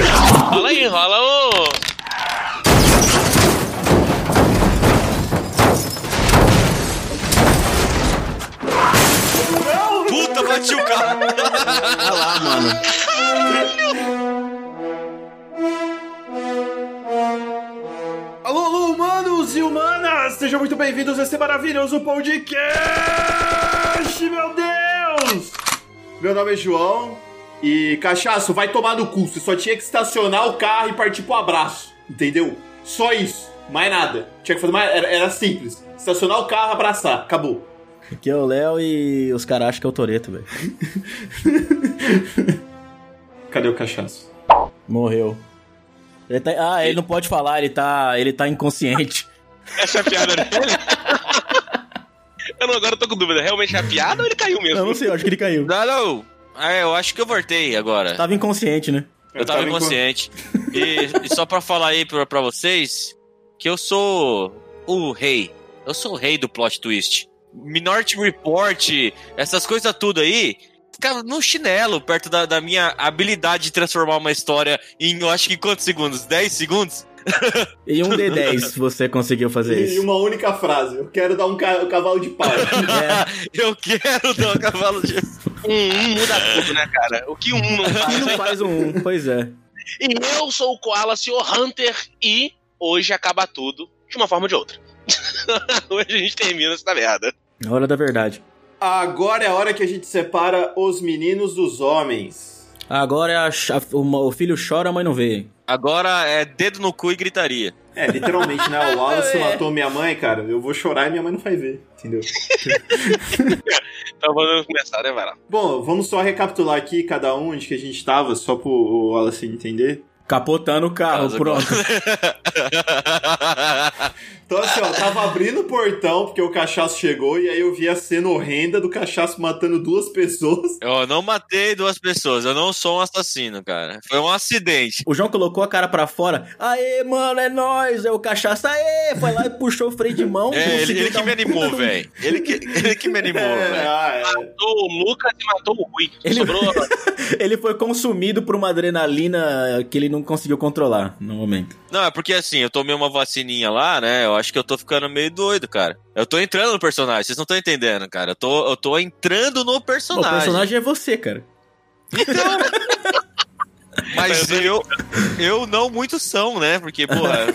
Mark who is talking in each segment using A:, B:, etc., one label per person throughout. A: enrola aí, enrola o.
B: Puta, bati o carro.
C: Olha lá, mano.
D: Alô, alô, humanos e humanas! Sejam muito bem-vindos a esse maravilhoso podcast, meu Deus! Meu nome é João e, cachaço, vai tomar no cu. Você só tinha que estacionar o carro e partir pro abraço, entendeu? Só isso, mais nada. Tinha que fazer mais... Era, era simples. Estacionar o carro, abraçar, acabou.
C: Aqui é o Léo e os caras acham que é o Toreto, velho.
D: Cadê o cachaço?
C: Morreu. Ele tá- Ah, ele não pode falar, ele tá, ele tá inconsciente.
A: Essa é a piada dele? Eu não, agora eu tô com dúvida. Realmente é a piada ou ele caiu mesmo?
C: Eu não sei, eu acho que ele caiu.
B: Não, não. Ah, eu acho que eu voltei agora.
C: Tava inconsciente, né?
B: Eu tava
D: tava
B: inconsciente. E, e só pra falar aí pra, pra vocês, que eu sou o rei. Eu sou o rei do plot twist. Minority Report, essas coisas tudo aí, ficava no chinelo, perto da, da minha habilidade de transformar uma história em, eu acho que quantos segundos? 10 segundos?
C: E um D10 você conseguiu fazer
D: E
C: isso.
D: uma única frase. Eu quero dar um ca- um cavalo de pau.
C: É,
B: Eu quero dar um cavalo de...
A: Um, um muda tudo, né, cara? O que um não
C: e
A: faz.
C: não faz um, um, pois é.
A: E eu sou o Koala, senhor Hunter, e hoje acaba tudo de uma forma ou de outra. hoje a gente termina essa merda.
C: Na É hora da verdade.
D: Agora é a hora que a gente separa os meninos dos homens.
C: Agora é a ch- a- o, o filho chora, a mãe não vê.
B: Agora é dedo no cu e gritaria.
D: É, literalmente, né? O Wallace
C: É.
D: matou minha mãe, cara. Eu vou chorar e minha mãe não vai ver, entendeu?
A: Então vamos começar, né, vai lá.
D: Bom, vamos só recapitular aqui cada um onde que a gente tava, só pro o Wallace entender.
C: Capotando o carro,
B: Casa,
C: pronto.
D: Então, assim, ó, tava abrindo o portão porque o cachaço chegou e aí eu vi a cena horrenda do cachaço matando duas pessoas.
B: Eu não matei duas pessoas, eu não sou um assassino, cara. Foi um acidente.
C: O João colocou a cara pra fora. Aê, mano, é nóis. É o cachaça, aê. Foi lá e puxou o freio de mão.
B: É, ele,
C: conseguiu
B: ele que
C: dar um
B: me animou,
C: puta no-
B: velho. Ele que, ele que me animou, velho.
D: ah, é.
A: Matou o Lucas e matou o Rui.
C: Ele-
A: Sobrou.
C: Ele foi consumido por uma adrenalina que ele não conseguiu controlar no momento.
B: Não, é porque assim, eu tomei uma vacininha lá, né? Eu acho que eu tô ficando meio doido, cara. Eu tô entrando no personagem, vocês não estão entendendo, cara. Eu tô, eu tô entrando no
C: Pô, o
B: personagem.
C: personagem é você, cara. tá
B: Mas eu,
C: né?
B: eu não muito são, né? Porque, porra.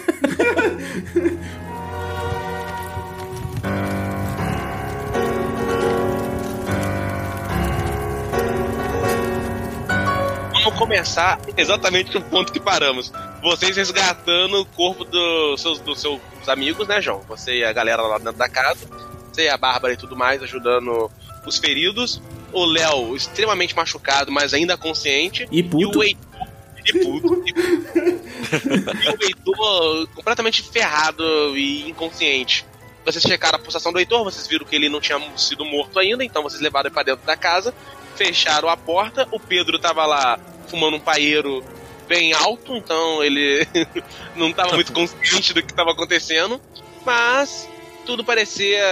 A: Vamos começar exatamente do ponto que paramos. Vocês resgatando o corpo do- seus- dos seus, amigos, né, João? Você e a galera lá dentro da casa. Você e a Bárbara e tudo mais, ajudando os feridos. O Léo, extremamente machucado, mas ainda consciente.
C: E
A: E o
C: puto.
A: Heitor. E puto. e o Heitor completamente ferrado e inconsciente. Vocês checaram a pulsação do Heitor, vocês viram que ele não tinha sido morto ainda, então vocês levaram ele pra dentro da casa, fecharam a porta. O Pedro tava lá fumando um paeiro bem alto, então ele não tava muito consciente do que tava acontecendo. Mas tudo parecia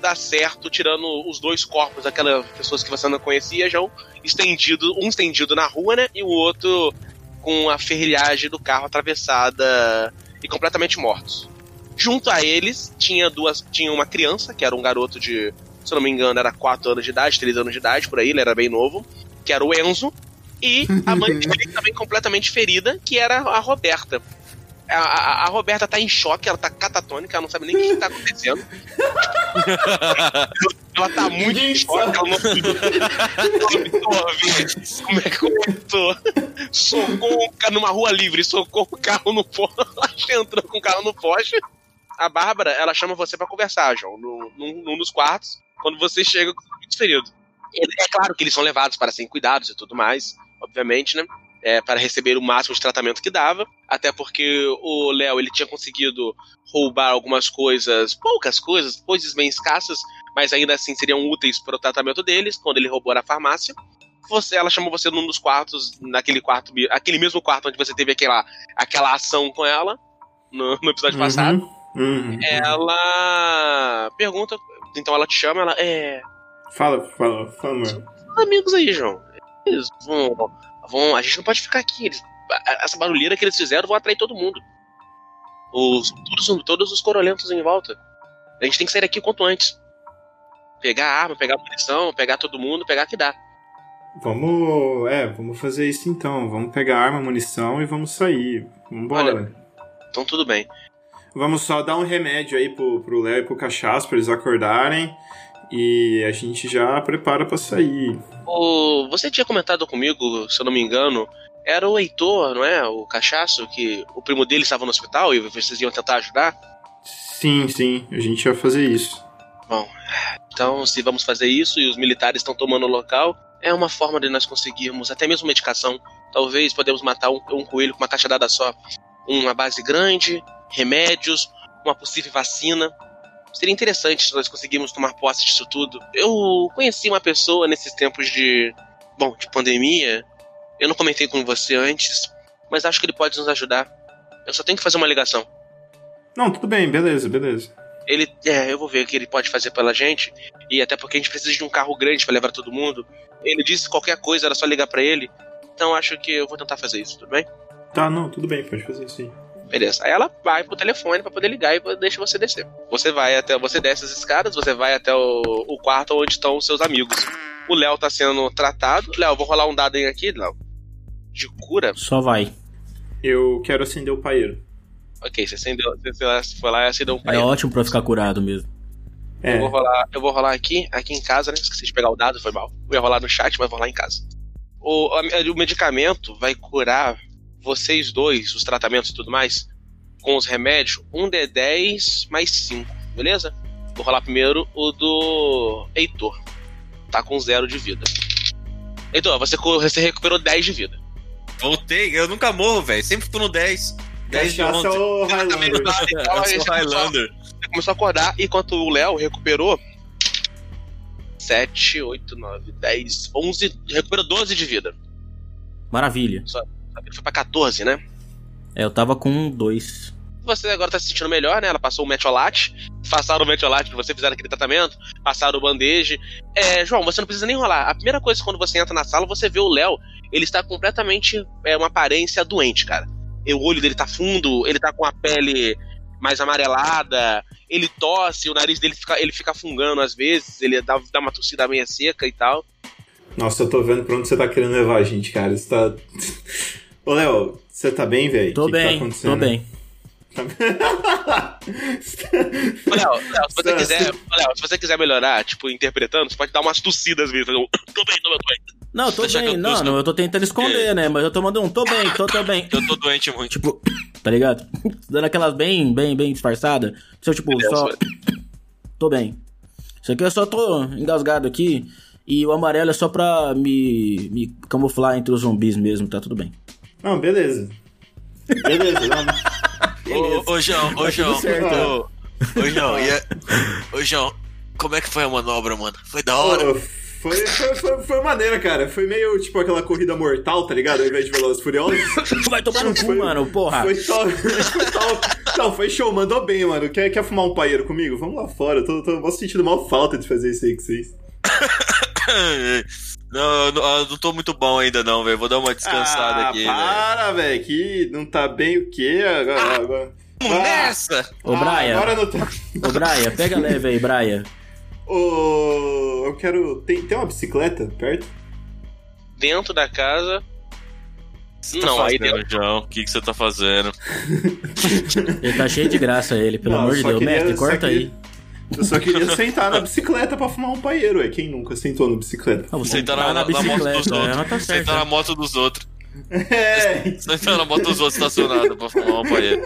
A: dar certo, tirando os dois corpos daquelas pessoas que você não conhecia, João estendido, um estendido na rua, né? E o outro com a ferrilhagem do carro atravessada e completamente mortos. Junto a eles tinha duas, tinha uma criança, que era um garoto de, se eu não me engano, era 4 anos de idade, 3 anos de idade, por aí, ele era bem novo, que era o Enzo, e a mãe dele também completamente ferida, que era a Roberta. A, a- a Roberta tá em choque, ela tá catatônica, ela não sabe nem o que que tá acontecendo. ela tá muito em
D: Ninguém
A: choque, ela não absorve como é que começou. Socou um ca- numa rua livre, socou o carro no poste, entrou com o carro no poste. A Bárbara, ela chama você pra conversar, João, no, num, num dos quartos, quando você chega com o muito ferido. Ele- É claro que eles são levados para serem cuidados e tudo mais, obviamente, né? É, para receber o máximo de tratamento que dava, até porque o Léo ele tinha conseguido roubar algumas coisas, poucas coisas, coisas bem escassas, mas ainda assim seriam úteis para o tratamento deles quando ele roubou na farmácia. Você, ela chamou você num dos quartos, naquele quarto, mi- aquele mesmo quarto onde você teve aquela, aquela ação com ela no, no episódio passado.
D: Uhum.
B: É.
A: Ela pergunta, então ela te chama, ela é,
D: Fala, fala, fala, mano.
A: amigos aí, João. Eles vão, vão. A gente não pode ficar aqui. Eles, essa barulheira que eles fizeram vão atrair todo mundo. Os, todos, todos os corolentos em volta. A gente tem que sair daqui o quanto antes. Pegar a arma, pegar a munição, pegar todo mundo, pegar o que dá.
D: Vamos. É, vamos fazer isso então. Vamos pegar arma, munição e vamos sair. Vambora.
A: Então tudo bem.
D: Vamos só dar um remédio aí pro pro Léo e pro Cachaço pra eles acordarem. E a gente já prepara pra sair.
A: O, você tinha comentado comigo, se eu não me engano, era o Heitor, não é? O cachaço, que o primo dele estava no hospital e vocês iam tentar ajudar?
D: Sim, sim, a gente ia fazer isso.
A: Então, se vamos fazer isso e os militares estão tomando o local, é uma forma de nós conseguirmos até mesmo medicação. Talvez podemos matar um, um coelho com uma caixa dada só. Uma base grande, remédios, uma possível vacina. Seria interessante se nós conseguirmos tomar posse disso tudo. Eu conheci uma pessoa nesses tempos de. Bom, de pandemia. Eu não comentei com você antes, mas acho que ele pode nos ajudar. Eu só tenho que fazer uma ligação.
D: Não, tudo bem, beleza, beleza.
A: Ele, é, eu vou ver o que ele pode fazer pela gente. E até porque a gente precisa de um carro grande pra levar todo mundo. Ele disse qualquer coisa, era só ligar pra ele. Então acho que eu vou tentar fazer isso, tudo bem?
D: Tá, não, tudo bem, pode fazer sim.
A: Beleza. Aí ela vai pro telefone pra poder ligar e deixa você descer. Você vai até, você desce as escadas, você vai até o, o quarto onde estão os seus amigos. O Léo tá sendo tratado. Léo, vou rolar um dado aí aqui, Léo. De cura.
C: Só vai.
D: Eu quero acender o paeiro.
A: Ok, você acendeu, você foi lá e acendeu um
C: É
A: painel.
C: ótimo pra ficar curado mesmo.
D: É,
A: Eu vou rolar, eu vou rolar aqui, aqui em casa, né? Esqueci de pegar o dado, foi mal. Eu ia rolar no chat, mas vou rolar em casa. O, a- o medicamento vai curar vocês dois, os tratamentos e tudo mais, com os remédios, um D10 mais 5, beleza? Vou rolar primeiro o do Heitor. Tá com zero de vida. Heitor, você, cu- você recuperou 10 de vida.
B: Voltei, eu nunca morro, velho. Sempre tô no 10. 10 de
E: Cachaça é
B: 11.
E: o
A: Exatamente.
E: Highlander.
A: Então,
B: Eu
A: esse
B: sou Highlander.
A: Você começou a acordar, enquanto o Léo recuperou 7, 8, 9, 10, 11, recuperou 12 de vida.
C: Maravilha.
A: Ele foi pra 14, né?
C: É, eu tava com um dois.
A: Você agora tá se sentindo melhor, né? Ela passou o metiolate, passaram o metiolate que você fizeram aquele tratamento, passaram o bandeje. É, João, você não precisa nem rolar. A primeira coisa quando você entra na sala, você vê o Léo, ele está completamente é, uma aparência doente, cara. E O olho dele tá fundo, ele tá com a pele mais amarelada, ele tosse, o nariz dele fica, ele fica fungando às vezes, ele dá, dá uma tossida meia seca e tal.
D: Nossa, eu tô vendo pra onde você tá querendo levar a gente, cara. Você tá. Ô, Léo, você tá bem, velho?
C: Tô
D: que que tá
C: bem,
D: acontecendo?
C: tô bem.
A: Ô, Léo, Léo, se você
D: Certo.
A: quiser, ô, Léo, se você quiser melhorar, tipo, interpretando, você pode dar umas tossidas mesmo. fazer um, Tô bem, tô bem, tô bem.
C: Não, eu tô
B: Deixa que
C: bem.
B: eu
C: Não,
B: custo.
C: não, eu tô tentando esconder, né? Mas eu tô mandando um tô bem, tô, tô bem.
B: Eu tô doente muito.
C: Tipo, tá ligado? Dando aquelas bem, bem, bem disfarçada. Se eu, tipo, só. Tô bem. Isso aqui eu só tô engasgado aqui. E o amarelo é só pra me, me camuflar entre os zumbis mesmo, tá tudo bem.
D: Não, beleza. Beleza, não.
B: Ô, ô, João, ô, João.
D: certo.
B: Ô, ô, João, e a- ô, João, como é que foi a manobra, mano? Foi da hora.
D: Pô, Foi, foi, foi, foi maneira, cara. Foi meio tipo aquela corrida mortal, tá ligado? Ao invés de Velozes e Furiosos.
C: Vai tomar no cu,
D: Foi-
C: mano, porra.
D: Foi só. Foi só- Não, foi show, mandou bem, mano. Quer, quer fumar um paeiro comigo? Vamos lá fora. Eu Tô, tô, tô sentindo mal falta de fazer isso aí com vocês.
B: Não, eu não, eu não tô muito bom ainda, não, velho. Vou dar uma descansada
D: ah,
B: aqui. né? velho.
D: Para, velho. Que não tá bem o quê? Agora. agora...
B: Vamos
D: Ah,
B: nessa!
C: Ô,
D: ah,
C: Braia,
D: Agora não tá.
C: ô, Braia, pega leve aí, Braia.
D: Ô, eu quero. Tem, tem uma bicicleta perto?
A: Dentro da casa,
B: Você tá
A: Não, aí
B: fazendo, João. O que, que você tá fazendo?
C: Ele tá cheio de graça, ele, pelo
D: Não,
C: amor de
D: só
C: Deus.
D: queria-
C: Mestre,
D: só
C: corta
D: queria-
C: aí.
D: Eu só queria sentar na bicicleta pra fumar um paeiro, é. Quem nunca sentou na bicicleta?
C: Ah, você
B: Sentar
C: tá
B: na, na moto dos
C: bicicleta, ela
B: outros.
C: tá certa.
B: Sentar na moto dos outros.
D: É!
B: Sentar na moto dos outros estacionada pra fumar uma palha.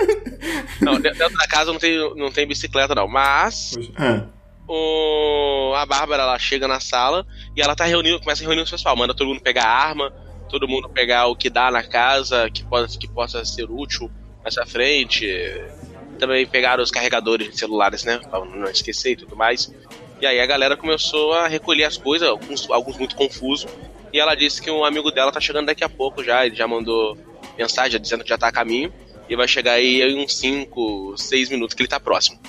A: Não, de- dentro da casa não tem, não tem bicicleta, não. Mas
D: Ah,
A: o, a Bárbara ela chega na sala e ela tá reunindo, começa a reunir os pessoal, manda todo mundo pegar arma, todo mundo pegar o que dá na casa, que possa, que possa ser útil mais pra frente. Também pegaram os carregadores de celulares, né? Pra não esquecer e tudo mais. E aí a galera começou a recolher as coisas, alguns, alguns muito confusos. E ela disse que um amigo dela tá chegando daqui a pouco já, ele já mandou mensagem dizendo que já tá a caminho. E vai chegar aí em uns 5, 6 minutos que ele tá próximo.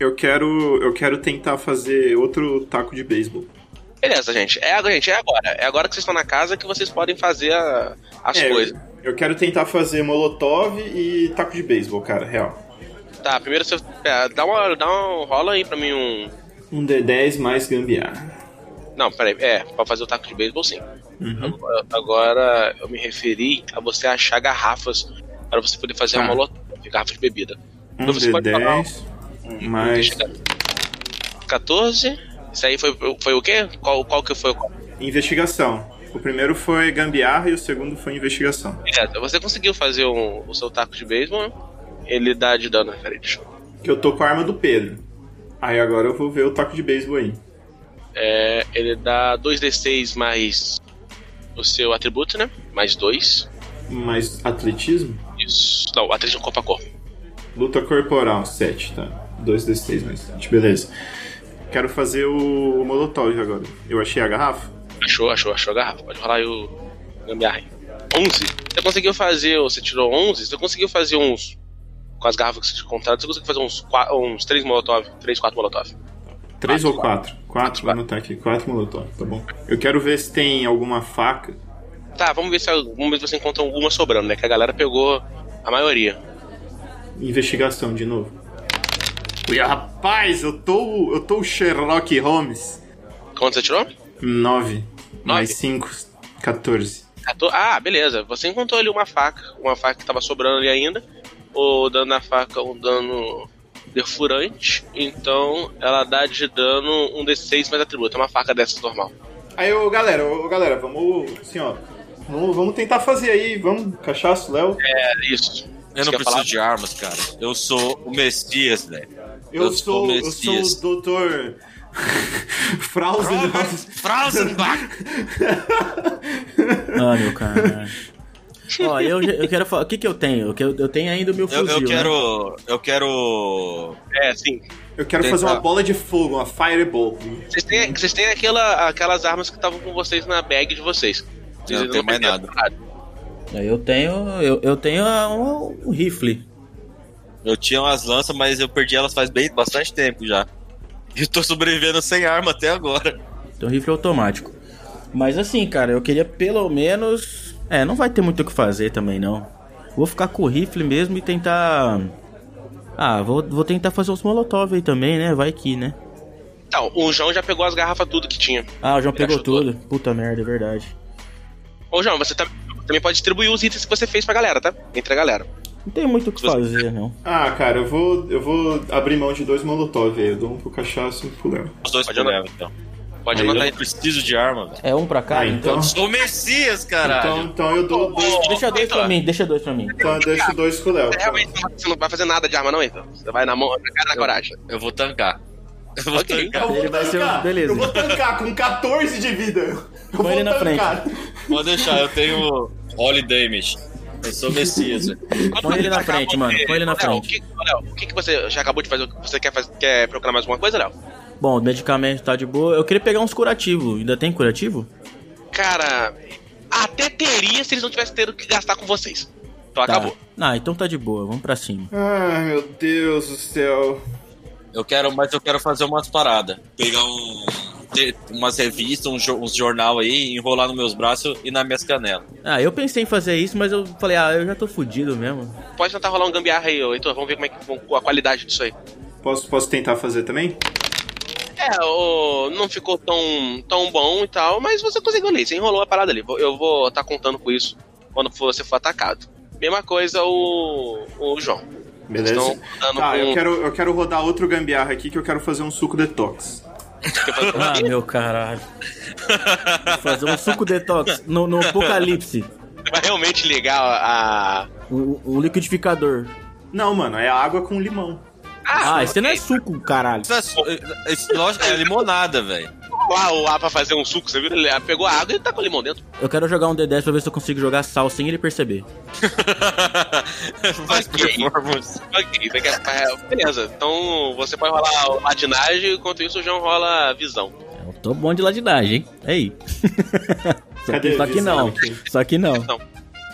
D: eu quero. Eu quero tentar fazer outro taco de beisebol.
A: Beleza, gente. É, agora- gente, é agora. É agora que vocês estão na casa que vocês podem fazer a- as
D: É,
A: coisas.
D: Eu, Eu quero tentar fazer molotov e taco de beisebol, cara, real.
A: Tá, primeiro você. é, dá uma. Dá um. Rola aí pra mim um.
D: Um D10 mais gambiarra.
A: Não, peraí. É, pra fazer o taco de beisebol sim.
C: Uhum.
D: Um
A: Agora- Agora eu me referi a você achar garrafas para você poder fazer
D: Tá.
A: uma molotov, garrafa de bebida.
D: Um
A: Então você pode falar
D: D10 mais
A: 14. Isso aí foi, foi o quê? Qual, qual que foi o qual?
D: investigação. O primeiro foi gambiarra e o segundo foi investigação.
A: Beleza, É, você conseguiu fazer um- o seu taco de beisebol, ele dá de dano referente.
D: Que eu tô com a arma do Pedro. Aí agora eu vou ver o taco de beisebol aí.
A: É, ele dá 2d6 mais o seu atributo, né? Mais 2.
D: Mais atletismo?
A: Isso. Não, atletismo corpo a corpo.
D: Luta corporal, 7, tá? 2d6 mais 7, beleza. Quero fazer o molotov agora. Eu achei a garrafa?
A: Achou, achou, achou a garrafa. Pode rolar aí o gambiarra. aí. 11. Você conseguiu fazer, você tirou 11, você conseguiu fazer uns. Com as garrafas que você tinha contado, você conseguiu fazer uns, qua- uns 3 molotov, 3, 4 molotov.
D: 3 ou 4? 4, vou anotar aqui. 4 molotov, tá bom. Eu quero ver se tem alguma faca.
A: Tá, vamos ver se, vamos ver se você encontra alguma sobrando, né? Que a galera pegou a maioria.
D: Investigação de novo. Ui, rapaz, eu tô, eu tô o Sherlock Holmes.
A: Quanto você tirou?
D: 9
A: Nove.
D: mais 5, 14.
A: 14. Ah, beleza. Você encontrou ali uma faca. Uma faca que tava sobrando ali ainda. Ou dando na faca um dano perfurante. Então ela dá de dano um D6 mais atributo. É uma faca dessas normal.
D: Aí, ô galera, ô galera, vamos assim, ó. Vamos, vamos tentar fazer aí, vamos, cachaço, Léo.
A: É isso. Você
B: Eu não
A: quer
B: preciso
A: falar?
B: de armas, cara. Eu sou o Messias, velho.
D: eu,
B: eu
D: sou,
B: sou
D: eu sou
B: Messias.
D: o doutor Frausen.
B: Robert Frausenbach!
C: Ah, meu cara. Ó, eu, eu quero falar. O que que eu tenho? Que Eu, eu tenho ainda o meu
B: Eu,
C: fuzil.
B: eu
C: né?
B: quero. Eu quero.
A: É, sim.
D: Eu quero fazer
B: Tentar.
D: uma bola de fogo, uma fireball.
A: Vocês têm, vocês têm aquela, aquelas armas que estavam com vocês na bag de vocês. Vocês
B: Eu não
A: ainda
B: tenho mais
A: pegaram
B: nada.
C: Eu tenho. Eu, eu tenho ah, um, um rifle.
B: Eu tinha umas lanças, mas eu perdi elas faz bem, bastante tempo já. E eu tô sobrevivendo sem arma até agora.
C: Tem um rifle automático. Mas assim, cara, eu queria pelo menos. É, não vai ter muito o que fazer também, não. Vou ficar com o rifle mesmo e tentar. Ah, vou, vou tentar fazer os molotov aí também, né? Vai que, né?
A: Então, o João já pegou as garrafas tudo que tinha.
C: Ah, o João
A: Ele
C: pegou
A: achou tudo.
C: tudo. Puta merda, é verdade.
A: Ô, João, você tam- também pode distribuir os itens que você fez pra galera, tá? Entre a galera.
C: Não tem muito o que fazer, não.
D: Ah, cara, eu vou, eu vou abrir mão de dois molotov aí. Eu dou um pro cachaço e um pro Léo.
B: Os dois
A: Pode
B: pro Léo, então.
A: Pode
B: Eu
A: anotar aí.
B: não preciso de arma, velho.
C: É um pra cá,
D: Ah, então.
B: Eu sou o Messias,
D: Então,
B: caralho.
D: então eu dou dois.
C: Deixa dois pra
A: Então,
C: mim, deixa dois pra mim.
D: Então eu deixo dois pro Léo.
A: Você
D: tá?
A: realmente não- você não vai fazer nada de arma, não, então. Você vai na mão, na cara da coragem.
B: Eu vou tancar. Eu vou
A: Ok.
B: tancar.
C: Ele vai ser um-
D: tancar,
C: beleza.
D: Eu vou tancar com 14 de vida. Eu vou
C: ele na
D: tancar.
B: Pode deixar, eu tenho Holy Damage. Eu sou o Messias, velho.
C: Põe ele na
A: Acabou
C: frente,
A: de-
C: mano, põe ele na
A: Léo,
C: frente.
A: O que, Léo, o que, que você já acabou de fazer? Você quer, fazer, quer procurar mais alguma coisa, Léo?
C: Bom, o medicamento tá de boa. Eu queria pegar uns curativos. Ainda tem curativo?
A: Cara, até teria se eles não tivessem tendo que gastar com vocês. Então
C: Tá.
A: acabou.
C: Ah, então tá de boa. Vamos pra cima.
D: Ai, meu Deus do céu.
B: Eu quero, mas eu quero fazer umas paradas. Pegar um. ter umas revistas, um, jo- uns jornal aí, enrolar nos meus braços e nas minhas canelas.
C: Ah, eu pensei em fazer isso, mas eu falei, ah, eu já tô fudido mesmo.
A: Pode tentar rolar um gambiarra aí, ô, Heitor. Vamos ver como é que, com a qualidade disso aí.
D: Posso, posso tentar fazer também?
A: É, ô, não ficou tão, tão bom e tal, mas você conseguiu ali. Você enrolou a parada ali. Vou- Eu vou estar contando com isso quando for- você for atacado. Mesma coisa o, o João.
D: Beleza.
A: Estão dando
D: Tá, eu
A: com-
D: quero, eu quero rodar outro gambiarra aqui que eu quero fazer um suco detox.
C: Ah, meu caralho. Fazer um suco detox no, no apocalipse.
A: Vai realmente ligar a.
C: Um, um liquidificador.
D: Não, mano, é água com limão.
C: Ah, isso não é
A: ok.
C: suco, caralho.
B: Isso é, su- isso, lógico, é limonada, velho.
A: lá o A pra fazer um suco, você viu? Ele pegou a água e tacou limão dentro.
C: Eu quero jogar um D10 pra ver se eu consigo jogar sal sem ele perceber.
B: Faz
A: Ok.
B: performance.
A: Ok, você quer- é, beleza. Então você pode rolar o latinagem, enquanto isso o João rola a visão.
C: Eu tô bom de ladinagem, hein? Ei. Só
D: Cadê
C: que,
D: a
C: só que
D: visão
C: não.
D: aqui?
C: Só que não.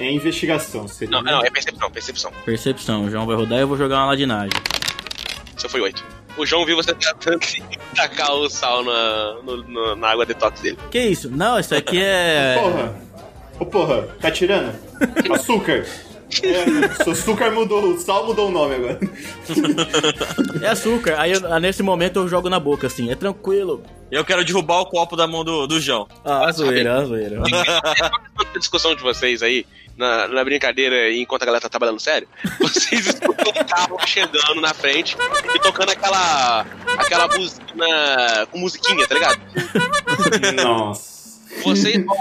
D: É investigação, seria.
A: Não, não, é percepção, percepção.
C: Percepção. O João vai rodar e eu vou jogar uma ladinagem.
A: Você foi oito. O João viu você tentando tacar o sal na, no- no- na água detox dele.
C: Que isso? Não, isso aqui é.
D: Porra.
E: Ô porra, tá tirando? Açúcar. É, o açúcar mudou, o sal mudou o nome agora.
C: É açúcar. Aí, eu- ah, nesse momento, eu jogo na boca, assim. É tranquilo.
B: Eu quero derrubar o copo da mão do, do João.
C: Ah, zoeira, ah, zoeira.
A: A discussão de vocês aí, na, na brincadeira, e enquanto a galera tá trabalhando sério, vocês escutam o carro chegando na frente e tocando aquela. aquela buzina com musiquinha, tá ligado?
D: Nossa.
A: Vocês vão.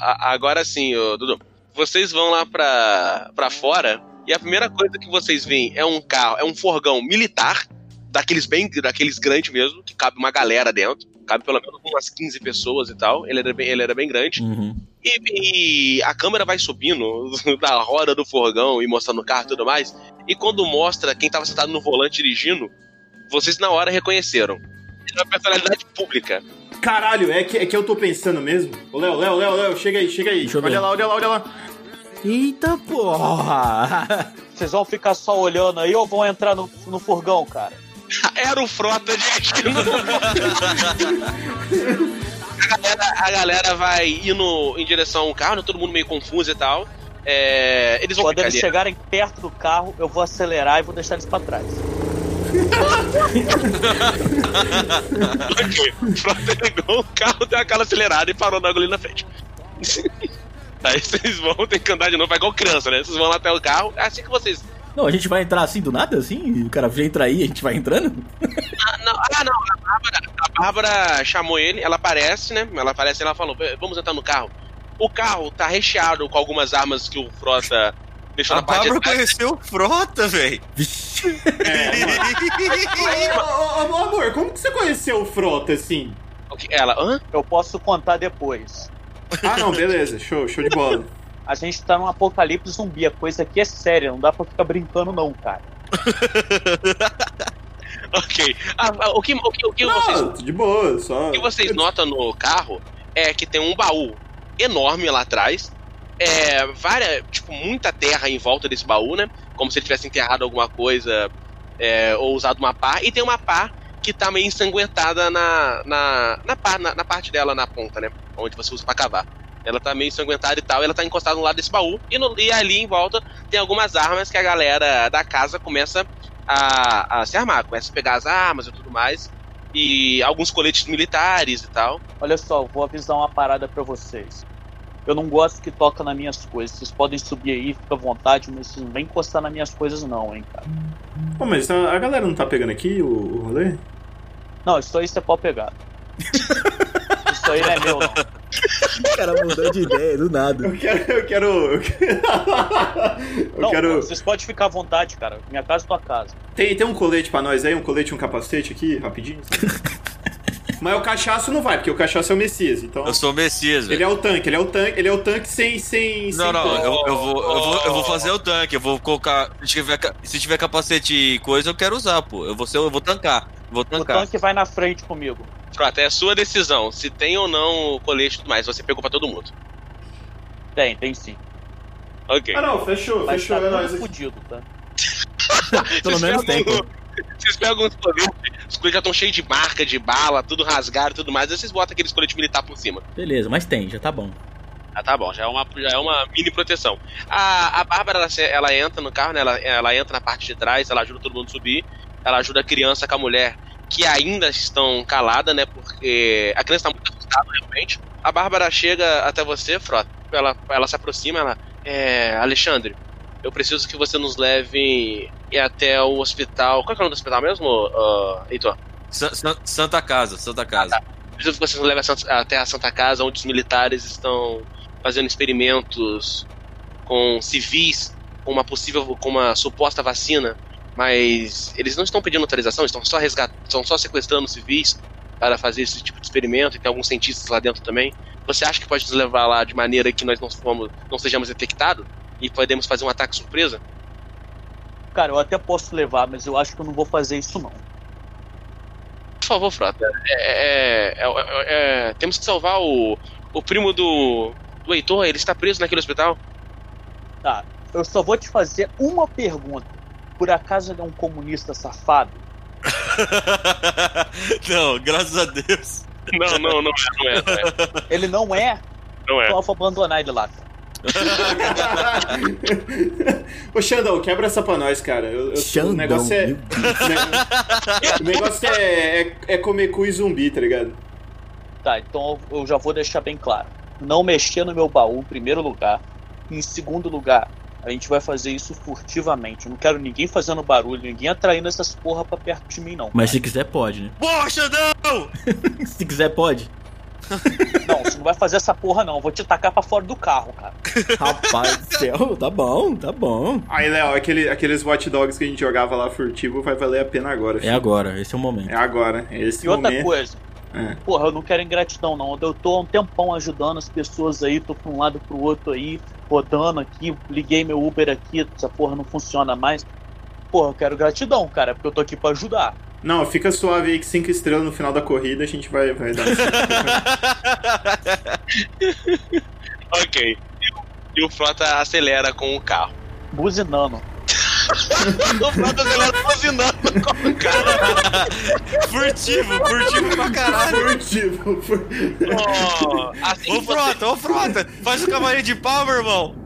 A: a- agora sim, ô, Dudu. Vocês vão lá pra, pra fora e a primeira coisa que vocês veem é um carro, é um forgão militar, daqueles bem. daqueles grandes mesmo, que cabe uma galera dentro. Cabe pelo menos umas 15 pessoas e tal. Ele era bem, ele era bem grande.
C: Uhum.
A: E, e a câmera vai subindo da roda do forgão e mostrando o carro e tudo mais. E quando mostra quem tava sentado no volante dirigindo, vocês na hora reconheceram. Era uma personalidade pública.
E: Caralho, é que, é que eu tô pensando mesmo? Ô, Léo, Léo, Léo, Léo, chega aí, chega aí.
C: Deixa eu ver.
E: Olha lá, olha lá, olha lá.
C: Eita porra!
F: Vocês vão ficar só olhando aí ou vão entrar no, no furgão, cara?
A: Era o Frota de Esquina. a, galera, a galera vai indo em direção ao carro, né, todo mundo meio confuso e tal. É, eles vão
F: Quando
A: ficar
F: eles
A: ali.
F: chegarem perto do carro, eu vou acelerar e vou deixar eles pra trás.
A: O Frota ligou o carro, deu aquela acelerada e parou na agulha na frente. Aí vocês vão ter que andar de novo, vai igual criança, né? Vocês vão lá até o carro, assim que vocês.
C: Não, a gente vai entrar assim do nada, assim? O cara entra aí, a gente vai entrando?
A: Ah, não, ah, não a, Bárbara, a Bárbara chamou ele, ela aparece, né? Ela aparece e ela falou: "Eh, vamos entrar no carro. O carro tá recheado com algumas armas que o Frota deixou
B: A
A: na parte
B: Bárbara
A: de trás.
B: conheceu o Frota, velho.
C: Vixe!
B: É.
E: Ô, ô, ô, ô, amor, como que você conheceu o Frota assim?
A: Ok, Ela, hã?
F: Eu posso contar depois.
E: Ah, não, beleza, show, show de bola.
F: A gente tá num apocalipse zumbi, a coisa aqui é séria, não dá pra ficar brincando não, cara.
A: Ok. Ah, ah, o que, o que, o que vocês,
E: Não, de boa, só.
A: o que vocês notam no carro é que tem um baú enorme lá atrás. É, várias, tipo, muita terra em volta desse baú, né? Como se ele tivesse enterrado alguma coisa é, ou usado uma pá. E tem uma pá que tá meio ensanguentada na, na, na, pá- na- na parte dela, na ponta, né? Onde você usa pra cavar. Ela tá meio ensanguentada e tal, e ela tá encostada no lado desse baú. E, no- e ali em volta tem algumas armas que a galera da casa começa a, a se armar, começa a pegar as armas e tudo mais. E alguns coletes militares e tal.
F: Olha só, eu vou avisar uma parada pra vocês. Eu não gosto que toca nas minhas coisas. Vocês podem subir aí, fica à vontade, mas vocês não vêm encostar nas minhas coisas não, hein, cara.
D: Pô, mas a, a galera não tá pegando aqui o, o rolê?
F: Não, isso aí você pode pegar. isso aí não é meu, não.
C: O cara mudou de ideia do nada.
E: Eu quero. Eu quero. Eu quero. eu
F: não
E: quero-
F: Vocês podem ficar à vontade, cara. Minha casa é tua casa.
E: Tem, tem um colete pra nós aí, um colete e um capacete aqui, rapidinho. Mas o cachaço não vai, porque o cachaço é o Messias, então.
B: Eu sou o Messias,
E: Ele
B: velho.
E: é o tanque, ele é o tanque, ele é o tanque sem. sem,
B: Não,
E: sem
B: não,
E: tanque.
B: eu, eu vou, eu, vou, eu vou fazer o tanque, eu vou colocar. Se tiver, ca- se tiver capacete e coisa, eu quero usar, pô. Eu vou, ser, eu vou tancar. Vou
F: O
B: tancar.
F: tanque vai na frente comigo.
A: Frota, é a sua decisão. Se tem ou não o colete e tudo mais, você pegou pra todo mundo.
F: Tem, tem sim.
A: Ok.
D: Ah, não, fechou,
F: Mas
D: fechou,
F: tá
D: é
F: tudo
D: nóis.
F: fudido, tá?
C: Pelo
A: Vocês
C: menos tem,
A: pegam-
C: pô.
A: Vocês pegam os coletes, os coletes já estão cheios de marca, de bala, tudo rasgado e tudo mais. Aí vocês botam aqueles coletes militar por cima.
C: Beleza, mas tem, já tá bom.
A: Ah, tá bom, já é uma, já é uma mini proteção. A, a Bárbara, ela, se- ela entra no carro, né? Ela, ela entra na parte de trás, ela ajuda todo mundo a subir. Ela ajuda a criança com a mulher, que ainda estão calada, né? Porque a criança tá muito assustada, realmente. A Bárbara chega até você, Frota. Ela, ela se aproxima, ela... É, Alexandre, eu preciso que você nos leve até o hospital... Qual é, que é o nome do hospital mesmo, ah, Heitor?
B: Sa- sa- Santa Casa, Santa Casa.
A: Preciso que vocês me levem a Sant- até a Santa Casa, onde os militares estão fazendo experimentos com civis, com uma possível, com uma suposta vacina, mas eles não estão pedindo autorização, estão só resgat, estão só sequestrando civis para fazer esse tipo de experimento, e tem alguns cientistas lá dentro também. Você acha que pode nos levar lá de maneira que nós não, fomos, não sejamos detectados e podemos fazer um ataque surpresa?
F: Cara, eu até posso levar, mas eu acho que eu não vou fazer isso, não.
A: Por favor, Frota. É, é, é, é, é, temos que salvar o, o primo do, do Heitor, ele está preso naquele hospital.
F: Tá, eu só vou te fazer uma pergunta. Por acaso ele é um comunista safado?
B: não, graças a Deus.
A: Não, não, não é, não é, não é.
F: Ele não é?
A: Não é.
F: Então eu vou abandonar ele lá. cara.
E: Ô, Xandão, quebra essa pra nós, cara. Eu- eu-
D: Xandão,
E: o negócio é.
D: meu
E: o negócio é, é, é comer cu e zumbi, tá ligado?
F: Tá, então eu eu já vou deixar bem claro. Não mexer no meu baú, em primeiro lugar. Em segundo lugar, a gente vai fazer isso furtivamente. Eu não quero ninguém fazendo barulho, ninguém atraindo essas porra pra perto de mim, não.
C: Mas se quiser, pode, né?
B: Boa, Xandão!
C: Se quiser, pode.
F: Não, você não vai fazer essa porra, não. Eu vou te tacar pra fora do carro, cara.
C: Rapaz do céu, tá bom, tá bom.
D: Aí, Léo, aquele, aqueles hot dogs que a gente jogava lá furtivo vai valer a pena agora.
C: É
D: filho.
C: agora, esse é o momento.
D: É agora. É esse
F: E outra
D: momento.
F: coisa.
D: É.
F: Porra, eu não quero ingratidão, não. Eu tô há um tempão ajudando as pessoas aí, tô pra um lado pro outro aí, rodando aqui, liguei meu Uber aqui, essa porra não funciona mais. Porra, eu quero gratidão, cara, porque eu tô aqui pra ajudar.
D: Não, fica suave aí que cinco estrelas no final da corrida a gente vai, vai dar.
E: um
A: Ok. E o- E o Frota acelera com o carro.
F: Buzinando.
A: O Frota acelera buzinando com o carro.
B: Furtivo, furtivo pra caralho.
D: furtivo. fur-
A: Ó, assim
B: Ô,
A: que você...
B: Frota, ô, Frota! Faz o cavalinho de pau, meu irmão!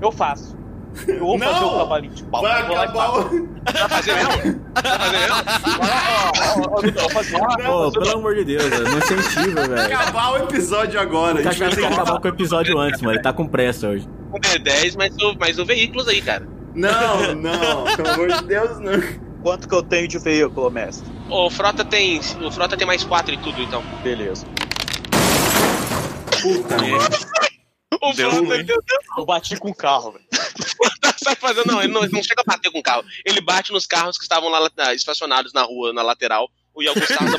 F: Eu faço. Eu vou
D: Não!
F: fazer o cavalinho de pau.
D: Vai
F: eu vou lá e
D: acabar
F: faço.
D: o...
A: Tá fazendo mesmo? Tá fazendo mesmo?
F: Ó, ó, eu tô fazendo.
C: Pô, pelo amor de Deus, velho, não incentiva, velho.
D: acabar o episódio agora.
C: O
D: A gente vai ter
C: Cachaça tem que
D: que...
C: acabar com o episódio antes, mano. Ele tá com pressa hoje.
A: Com D10, É, mas o, mas o veículos aí, cara.
D: Não, não, pelo amor de Deus, não.
F: Quanto que eu tenho de veículo, mestre?
A: O Frota tem. O Frota tem mais 4 e tudo, então.
F: Beleza.
D: Puta, merda.
A: O
B: Deu
A: Frota
B: ruim.
A: deu-
F: Eu bati com o carro, velho.
A: Sabe fazer? Não, ele não, ele não chega a bater com o carro. Ele bate nos carros que estavam lá na- estacionados na rua, na lateral. O Iago Sarda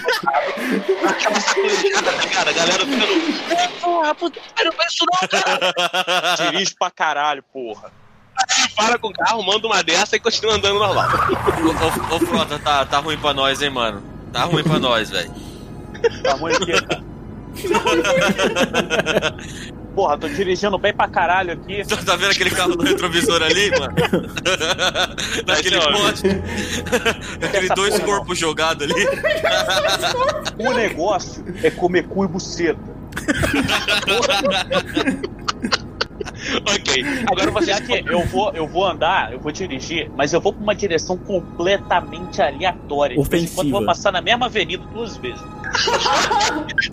A: Aquela sacudida, né, cara, a galera ficando. "É, Porra, puta, não faz isso não, cara.
F: Dirige pra caralho, porra.
A: Para com o carro, manda uma dessa e continua andando normal.
B: Ô, ô, ô, Frota, tá, tá ruim pra nós, hein, mano? Tá ruim pra nós, velho.
F: Tamanho que é, cara. Porra, tô dirigindo bem pra caralho aqui.
B: Tá tá vendo aquele carro do retrovisor ali, mano? Daquele
A: Aqui, ó.
B: pote. Aquele
F: Essa
B: dois
F: porra, não.
B: corpos jogados ali.
F: O negócio é comer cu e buceta.
A: ok. Agora você.
F: Já que eu vou, eu vou andar, eu vou dirigir, mas eu vou pra uma direção completamente aleatória. De vez em quando Eu vou
C: Ofensiva.
F: passar na mesma avenida duas vezes.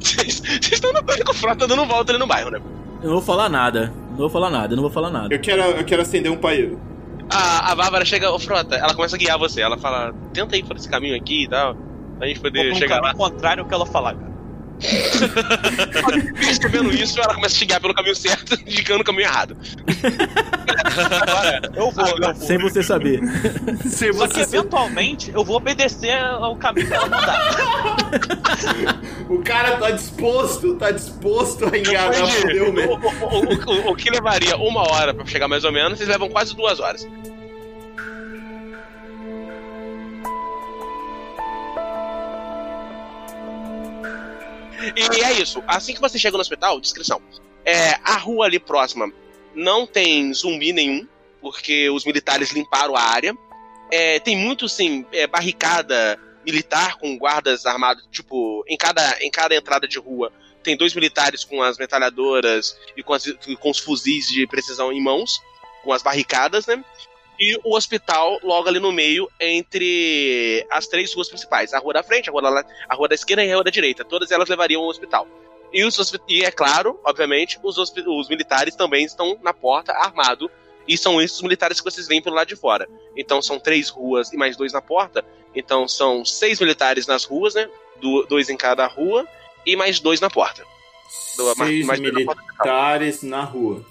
A: Vocês vocês estão notando que o Frota tá dando volta ali no bairro, né?
C: Eu não vou falar nada. Não vou falar nada, não vou falar nada.
D: Eu quero, eu quero acender um paeiro.
A: A, a Bárbara chega, ô Frota, ela começa a guiar você. Ela fala, tenta ir por esse caminho aqui e tal. Pra gente
F: Vou pra
A: poder
F: um
A: chegar lá.
F: caminho contrário ao que ela falar, cara.
A: Mesmo vendo isso, ela começa a chegar pelo caminho certo, indicando o caminho errado.
F: Eu vou, eu vou.
C: Sem você saber.
D: Se
F: Só que
D: você...
F: eventualmente eu vou obedecer ao caminho que ela mandar.
D: O cara tá disposto, tá disposto a enganar fudeu,
A: o,
D: mesmo.
A: o- o- o- o que levaria uma hora pra chegar mais ou menos, vocês levam quase duas horas. E é isso. Assim que você chega no hospital, descrição. É, a rua ali próxima não tem zumbi nenhum, porque os militares limparam a área. É, tem muito, sim, é, barricada militar com guardas armados, tipo, em cada, em cada entrada de rua tem dois militares com as metralhadoras e com, as- com os fuzis de precisão em mãos, com as barricadas, né? E o hospital logo ali no meio, entre as três ruas principais: a rua da frente, a rua da, la- a rua da esquerda e a rua da direita. Todas elas levariam ao hospital. E, os hospi- e é claro, obviamente, os, hospi- os militares também estão na porta armado. E são esses os militares que vocês veem pelo lado de fora. Então são três ruas e mais dois na porta. Então são seis militares nas ruas, né? Du- dois em cada rua e mais dois na porta. Do-
D: Seis
A: mais- mais-
D: militares na rua.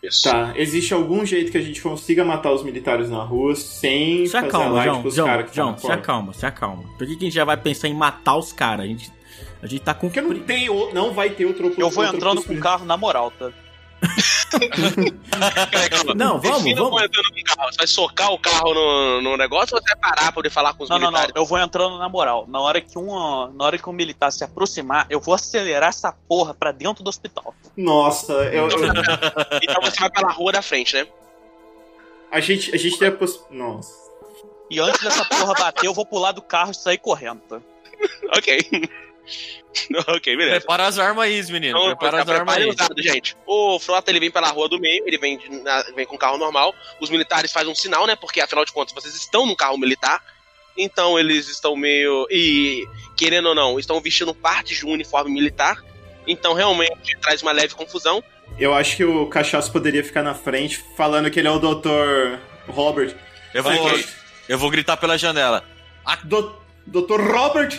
A: Isso.
D: Tá, existe algum jeito que a gente consiga matar os militares na rua sem
C: Se
D: fazer
C: acalma,
D: alarde
C: João.
D: pros
C: João,
D: caras que
C: João,
D: estão
C: se
D: na porta?
C: acalma, se acalma. Por que, que a gente já vai pensar em matar os caras? A gente, a gente tá com.
D: Porque não tem outro, não vai ter outro
F: Eu vou
D: outro
F: entrando com o carro na moral, tá?
A: Peraí, calma.
C: Tá. Não, vamos,
A: Defina
C: vamos.
A: como entrando com o um carro. Você vai socar o carro no, no negócio ou você vai parar pra poder falar com os
F: Não, não, não.
A: militares?
F: Eu vou entrando na moral. Na hora que um, na hora que um militar se aproximar, eu vou acelerar essa porra pra dentro do hospital.
D: Nossa, eu, eu-
A: Então você vai pela rua da frente, né?
D: a gente, a gente tem a poss... Nossa.
F: E antes dessa porra bater, eu vou pular do carro e sair correndo, tá?
A: Ok. ok, beleza.
B: Prepara as armas aí, menino.
A: Então, prepara
B: Prepara as armas aí.
A: usado, gente. O Frota ele vem pela rua do meio, ele vem, de- na- vem com um carro normal. Os militares fazem um sinal, né? Porque afinal de contas vocês estão num carro militar. Então eles estão meio. E, querendo ou não, estão vestindo parte de um uniforme militar. Então realmente traz uma leve confusão.
D: Eu acho que o Cachaço poderia ficar na frente falando que ele é o Dr. Robert.
B: Eu vou,
D: Vai, que-
B: eu vou gritar pela janela.
D: Do- Dr. Robert?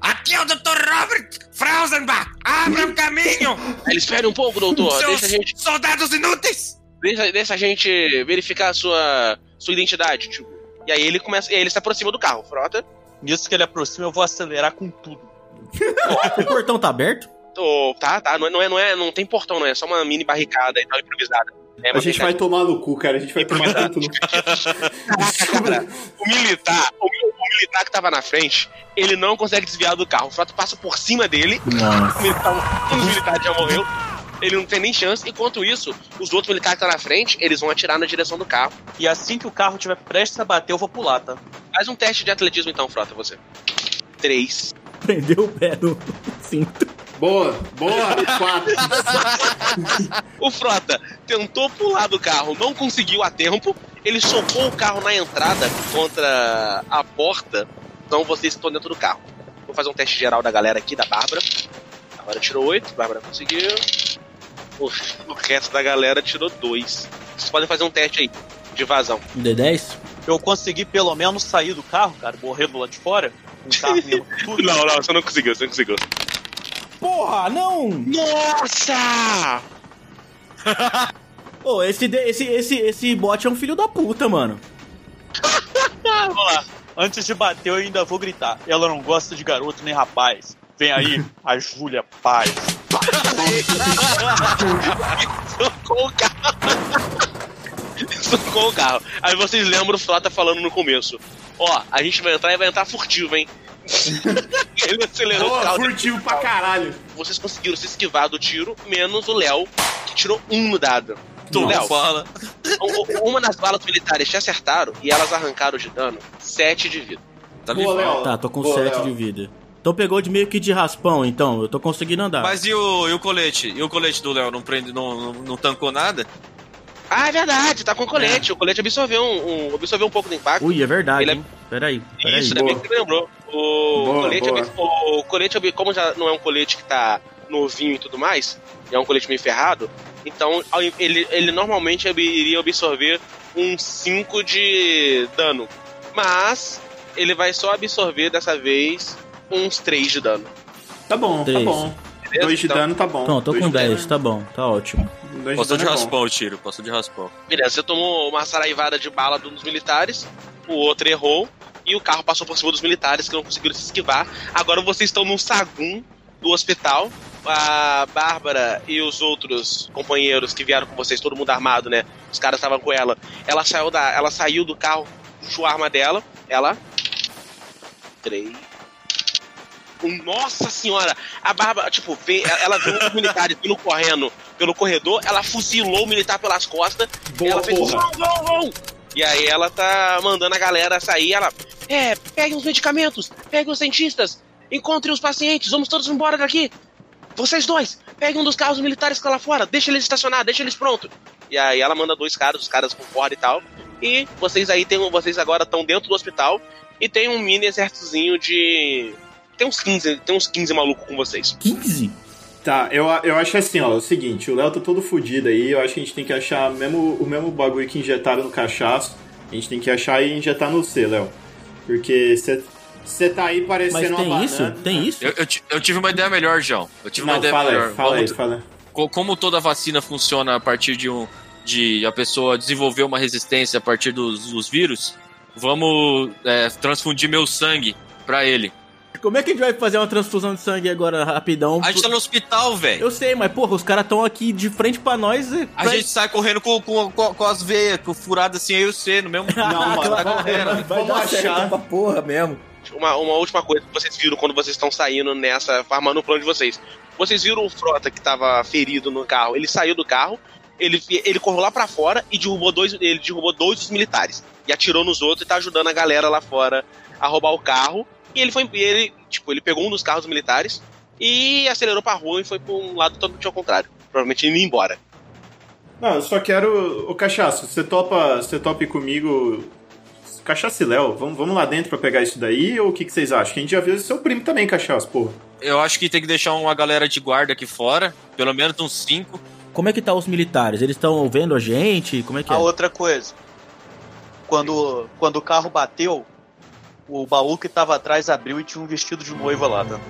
B: Aqui é o Dr. Robert Frausenbach! Abra o caminho!
A: Aí eles esperem um pouco, doutor.
B: seus
A: Deixa a gente,
B: soldados inúteis!
A: deixa, deixa a gente verificar a sua, sua identidade, tipo. E aí ele começa. E aí ele se aproxima do carro, Frota.
F: Nisso que ele aproxima, eu vou acelerar com tudo.
C: O portão tá aberto?
A: Ô, tá, tá. Não é, não é, não é, não tem portão, não é só uma mini barricada e tal, improvisada. É
D: A
A: uma
D: gente vai né? tomar no cu, cara. A gente vai tomar tanto no cu.
A: Cara, o militar, o, mi- o militar que tava na frente, ele não consegue desviar do carro. O Frota passa por cima dele. O militar, o militar já morreu. Ele não tem nem chance. Enquanto isso, os outros militares que estão na frente, eles vão atirar na direção do carro.
F: E assim que o carro tiver prestes a bater, eu vou pular, tá?
A: Faz um teste de atletismo então, Frota, você. Três.
C: Prendeu o pé no cinto.
D: Boa, boa, quatro.
A: O Frota tentou pular do carro, não conseguiu a tempo. Ele socou o carro na entrada contra a porta. Então vocês estão dentro do carro. Vou fazer um teste geral da galera aqui, da Bárbara. A Bárbara tirou 8, Bárbara conseguiu. O, o resto da galera tirou 2. Vocês podem fazer um teste aí de vazão.
C: Um D10?
F: Eu consegui pelo menos sair do carro, cara, morrer do lado de fora. Um carro mesmo. Tudo.
A: Não, não, você não conseguiu, você não conseguiu.
C: Porra, não!
A: Nossa!
C: Ô, esse, D- esse, esse, esse bot é um filho da puta, mano.
F: Antes de bater, eu ainda vou gritar. Ela não gosta de garoto nem rapaz. Vem aí, a Júlia Paz.
A: Socou o carro. Socou o carro. Aí vocês lembram o Frota falando no começo. Ó, a gente vai entrar e vai entrar furtivo, hein? Ele acelerou o Tá
D: Boa,
A: carro.
D: furtivo pra caralho.
A: Vocês conseguiram se esquivar do tiro, menos o Léo, que tirou um no dado.
B: Tu
A: Léo,
B: fala.
A: u- u- uma das balas militares te acertaram e elas arrancaram de dano sete de vida.
B: Tá me
D: Boa, Léo.
C: Tá, tô com
D: Boa,
C: 7
D: Léo.
C: de vida. Então pegou de meio que de raspão, então. Eu tô conseguindo andar.
B: Mas e o, e o colete? E o colete do Léo? Não, prende, não, não, não tancou nada?
A: Ah, é verdade, tá com o colete. O colete absorveu um, um- absorveu um pouco do impacto.
C: Ui, é verdade,
A: Ele é-
C: hein? Peraí, peraí.
A: Isso, né? ainda bem
D: boa.
A: que você lembrou. O
D: Boa,
A: colete,
D: boa.
A: absor- o colete, como já não é um colete que tá novinho e tudo mais, e é um colete meio ferrado, então ao in- ele, ele normalmente ab- iria absorver um 5 de dano. Mas ele vai só absorver dessa vez uns 3 de dano.
D: Tá bom, tá
C: Três.
D: bom.
A: Beleza?
D: Dois de
A: Então,
D: dano tá bom.
C: Então, eu tô
D: Dois
C: com
D: de dano.
C: 10, tá bom, tá ótimo.
D: Dois
B: Passou de
D: dano é bom.
B: raspão o tiro, passou de raspão.
A: Beleza, você tomou uma saraivada de bala de um dos militares, o outro errou, e o carro passou por cima dos militares que não conseguiram se esquivar. Agora vocês estão num sagum do hospital. A Bárbara e os outros companheiros que vieram com vocês, todo mundo armado, né? Os caras estavam com ela. Ela saiu, da, ela saiu do carro, puxou a arma dela. Ela. Três. Um- Nossa senhora! A Bárbara, tipo, vê- ela viu os militares vindo correndo pelo corredor, ela fuzilou o militar pelas costas ela
D: Boa,
A: fez
D: porra.
A: vão, vão, vão! E aí ela tá mandando a galera sair, ela. É, peguem os medicamentos, peguem os dentistas, encontrem os pacientes, vamos todos embora daqui! Vocês dois, peguem um dos carros militares que tá lá fora, deixa eles estacionados, deixa eles prontos. E aí ela manda dois caras, os caras concordam e tal. E vocês aí tem um- Vocês agora estão dentro do hospital e tem um mini exércitozinho de. Tem uns 15, tem uns 15 malucos com vocês.
C: 15?
D: Tá, eu, eu acho assim, ó, é o seguinte, o Léo tá todo fudido aí, eu acho que a gente tem que achar mesmo, o mesmo bagulho que injetaram no cachaço, a gente tem que achar e injetar no C, Léo. Porque você tá aí
C: Mas
D: parecendo uma
C: tem
D: banana.
C: isso? Tem isso?
B: Eu, eu ti- eu tive uma ideia melhor, João. Eu tive uma
D: Não,
B: ideia
D: fala
B: é melhor.
D: aí, fala aí,
B: Vamos-
D: fala aí.
B: co- como toda vacina funciona a partir de um. de a pessoa desenvolver uma resistência a partir dos, dos vírus, vamos é, transfundir meu sangue pra ele.
C: Como é que a gente vai fazer uma transfusão de sangue agora rapidão?
B: A gente tá no hospital, velho.
C: Eu sei, mas porra, os caras tão aqui de frente pra nós. e-
B: A gente sai correndo com, com, com, com as veias com furadas assim, eu e o C, no mesmo.
D: Não, mano,
B: tá correndo.
D: Vamos achar.
C: pra porra mesmo.
A: uma, uma última coisa que vocês viram quando vocês estão saindo nessa, farmando o plano de vocês. Vocês viram o Frota que tava ferido no carro, ele saiu do carro, ele, ele correu lá pra fora e derrubou dois, ele derrubou dois dos militares. E atirou nos outros e tá ajudando a galera lá fora a roubar o carro. E ele foi. e Ele, tipo, ele pegou um dos carros militares e acelerou pra rua e foi pra um lado totalmente ao contrário. Provavelmente indo embora.
D: Não, eu só quero. Ô Cachaço, você topa, você topa ir comigo. Cachaço e Léo, vamos, vamos lá dentro pra pegar isso daí ou o que, que vocês acham? Que a gente já viu esse seu primo também, Cachaço, porra.
B: Eu acho que tem que deixar uma galera de guarda aqui fora, pelo menos uns cinco.
C: Como é que tá os militares? Eles estão vendo a gente? Como é que
F: A
C: é?
A: Ah,
F: outra coisa. Quando, quando o carro bateu, o baú que tava atrás abriu e tinha um vestido de noiva lá, tá?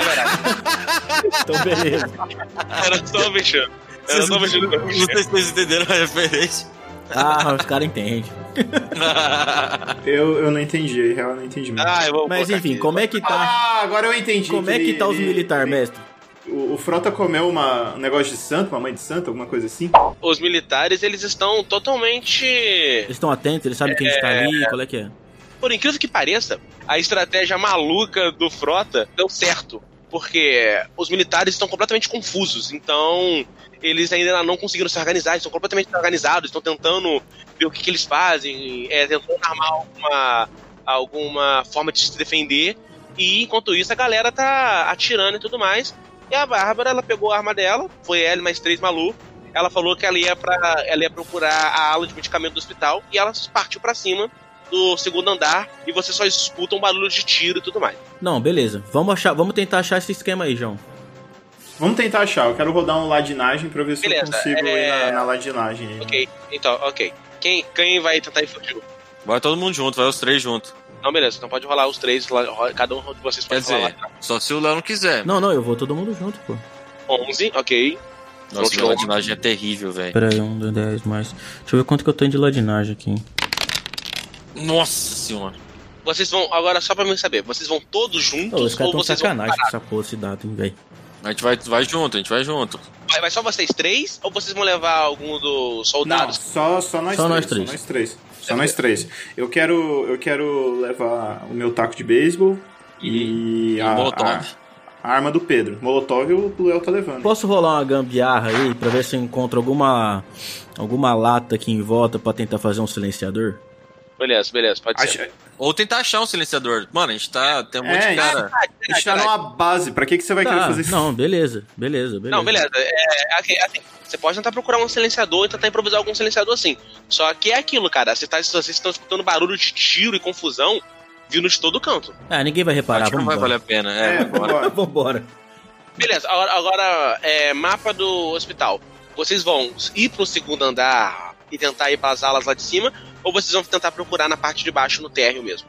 A: É verdade.
C: Então, beleza.
A: Era só um vexame. Era só um vexame.
B: É, Não sei se vocês entenderam a referência.
C: Ah, os caras entendem.
D: Eu, eu não entendi, em real eu não entendi mesmo.
A: Ah, eu vou
C: Mas
A: colocar
C: enfim,
A: aqui.
C: como é que tá?
D: Ah, agora eu entendi.
C: Como é que
D: ele-
C: tá os
D: ele-
C: militares,
D: ele-
C: mestre?
D: O, o Frota comeu uma, um negócio de santo, uma mãe de santo, alguma coisa assim?
C: é
A: Os militares, eles estão totalmente.
C: Eles estão atentos, eles sabem que a gente tá ali, qual é que é?
A: Por incrível que pareça, a estratégia maluca do Frota deu certo. Porque os militares estão completamente confusos, então eles ainda não conseguiram se organizar, eles estão completamente desorganizados, estão tentando ver o que, que eles fazem, é, tentando armar alguma, alguma forma de se defender. E enquanto isso, a galera tá atirando e tudo mais. E a Bárbara, ela pegou a arma dela, foi ela e mais três malucos. Ela falou que ela ia, pra, ela ia procurar a ala de medicamento do hospital e ela partiu pra cima do segundo andar e você só escuta um barulho de tiro e tudo mais.
C: Não, beleza. Vamos achar, vamos tentar achar esse esquema aí, João.
D: Vamos tentar achar, eu quero rodar uma ladinagem pra ver se eu
A: Beleza,
D: consigo
A: é-
D: ir na, na ladinagem. aí, né?
A: Ok, então, ok. Quem, quem vai tentar infantil?
B: Vai todo mundo junto, vai os três junto.
A: Não, beleza, então pode rolar os três, lá- ro- cada um de vocês
B: Quer
A: pode rolar.
B: dizer, só se o Léo não quiser.
C: Não, não, eu vou todo mundo junto, pô.
A: 11, ok. Não,
B: Nossa, minha ladinagem é terrível, velho.
C: Pera aí, um, dois, dez, mais. Deixa eu ver quanto que eu tenho de ladinagem aqui.
B: Nossa senhora.
A: Vocês vão, agora só pra mim saber, vocês vão todos
C: Ô,
A: juntos
C: os caras
A: ou
C: tão
A: vocês
C: sacanagem com essa porra, esse dado, hein, velho.
B: A gente vai, vai junto, a gente vai junto.
A: vão. Vai, vai só vocês três ou vocês vão levar algum dos
D: Não,
A: soldados?
D: só, só, nós,
C: Só
D: três,
C: nós três.
D: Só nós três. Só nós três. Eu quero, eu quero levar o meu taco de beisebol e,
B: E
D: a,
B: Molotov.
D: a- a arma do Pedro. Molotov o Léo tá levando.
C: Posso rolar uma gambiarra aí pra ver se eu encontro alguma alguma lata aqui em volta pra tentar fazer um silenciador?
A: Beleza, beleza, pode
D: Acho-
A: ser.
B: Ou tentar achar um silenciador. Mano, a gente tá. Tem um monte
D: É,
B: de cara.
D: a gente tá numa base, pra que, é que você vai querer
C: Tá,
D: fazer isso?
C: não, beleza, beleza, beleza.
A: Não, beleza. É, assim, assim, você pode tentar procurar um silenciador e tentar improvisar algum silenciador assim. Só que é aquilo, cara. Você tá, vocês estão escutando barulho de tiro e confusão vindo de todo canto.
C: Ah, ninguém vai reparar,
B: Acho que não
C: vamos
B: vai valer
C: embora.
B: a pena. É,
D: É,
B: vambora.
D: vambora.
C: Vambora.
A: Beleza, agora, agora, é, mapa do hospital. Vocês vão ir pro segundo andar e tentar ir pras alas lá de cima, ou vocês vão tentar procurar na parte de baixo no térreo mesmo?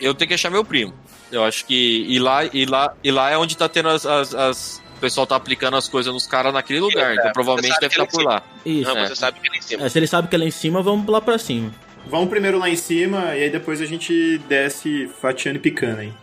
B: Eu tenho que achar meu primo. Eu acho que. E lá, e lá, e lá é onde tá tendo as. as- as- O pessoal tá aplicando as coisas nos caras naquele lugar.
A: É,
B: então
A: você
B: provavelmente
A: sabe
B: deve
A: que
B: estar
A: ele
B: por lá.
C: Isso.
A: Não,
B: É.
A: você sabe que é lá em cima.
C: É, se ele sabe que é lá em cima, vamos lá pra cima.
D: Vamos primeiro lá em cima e aí depois a gente desce fatiando e picando, hein?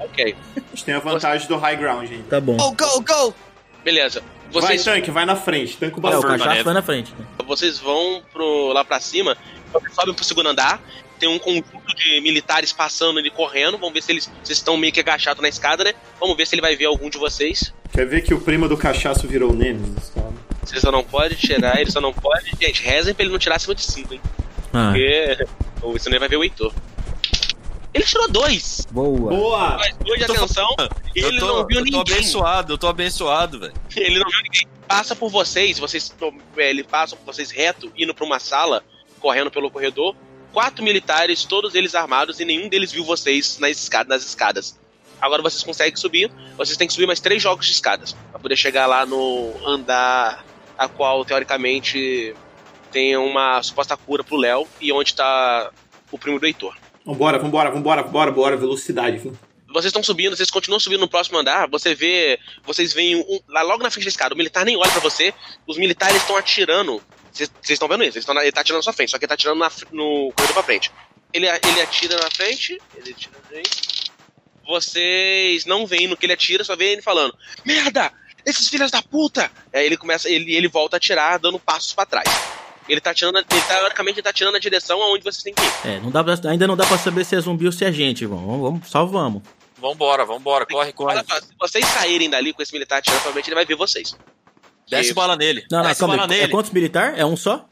A: Ok,
D: A gente tem a vantagem do high ground ainda.
C: Tá bom.
B: go, go!
A: beleza.
D: Vai,
A: Vocês,
D: tanque, vai na frente, tanque o
C: é, o
D: bastante.
C: cachaço
B: permanece.
C: vai na frente. né?
A: vocês vão pro, lá pra cima, vocês sobem pro segundo andar, tem um conjunto de militares passando ali correndo, vamos ver se eles vocês estão meio que agachados na escada, né? Vamos ver se ele vai ver algum de vocês.
D: Quer ver que o primo do cachaço virou um Nemesis, cara?
A: Vocês só não podem tirar, ele só não pode. Gente, rezem pra ele não tirar acima de 5, hein?
C: Ah,
A: Porque o senão ele vai ver o Heitor. Ele tirou dois!
C: boa.
D: Boa!
A: Mas dois de
B: tô
A: atenção, e ele
B: eu tô,
A: não viu
B: eu tô
A: ninguém.
B: abençoado, eu tô abençoado, velho.
A: Ele não viu ninguém. Passa por vocês, vocês to- é, ele passa por vocês reto, indo pra uma sala, correndo pelo corredor. Quatro militares, todos eles armados, e nenhum deles viu vocês nas escadas. Nas escadas. Agora vocês conseguem subir, vocês têm que subir mais três jogos de escadas pra poder chegar lá no andar a qual, teoricamente, tem uma suposta cura pro Léo e onde tá o primo do Heitor.
D: Vambora, vambora, vambora, vambora, vambora, velocidade, viu?
A: Vocês estão subindo, vocês continuam subindo no próximo andar, você vê. Vocês veem um- lá logo na frente da escada, o militar nem olha pra você, os militares estão atirando. Vocês vocês estão vendo isso, Eles tão na- ele tá atirando na sua frente, só que ele tá atirando na fr- no corredor pra frente. Ele, a- ele atira na frente, ele atira na frente. Vocês não veem no que ele atira, só veem ele falando: Merda! Esses filhos da puta! Aí ele começa, ele, ele volta a atirar, dando passos pra trás. Ele tá atirando, na- ele tá, teoricamente, ele tá atirando na direção aonde vocês têm que ir.
C: É, não dá pra- ainda não dá pra saber se é zumbi ou se é gente, irmão. Vamos, vamos, só vamos.
B: Vambora, vambora, corre, corre.
A: Olha só, se vocês saírem dali com esse militar atirando, provavelmente ele vai ver vocês.
B: Desce bala nele.
C: Não, não,
B: desce
C: calma
B: bala
C: aí. É
B: nele.
C: quantos militar? É um só?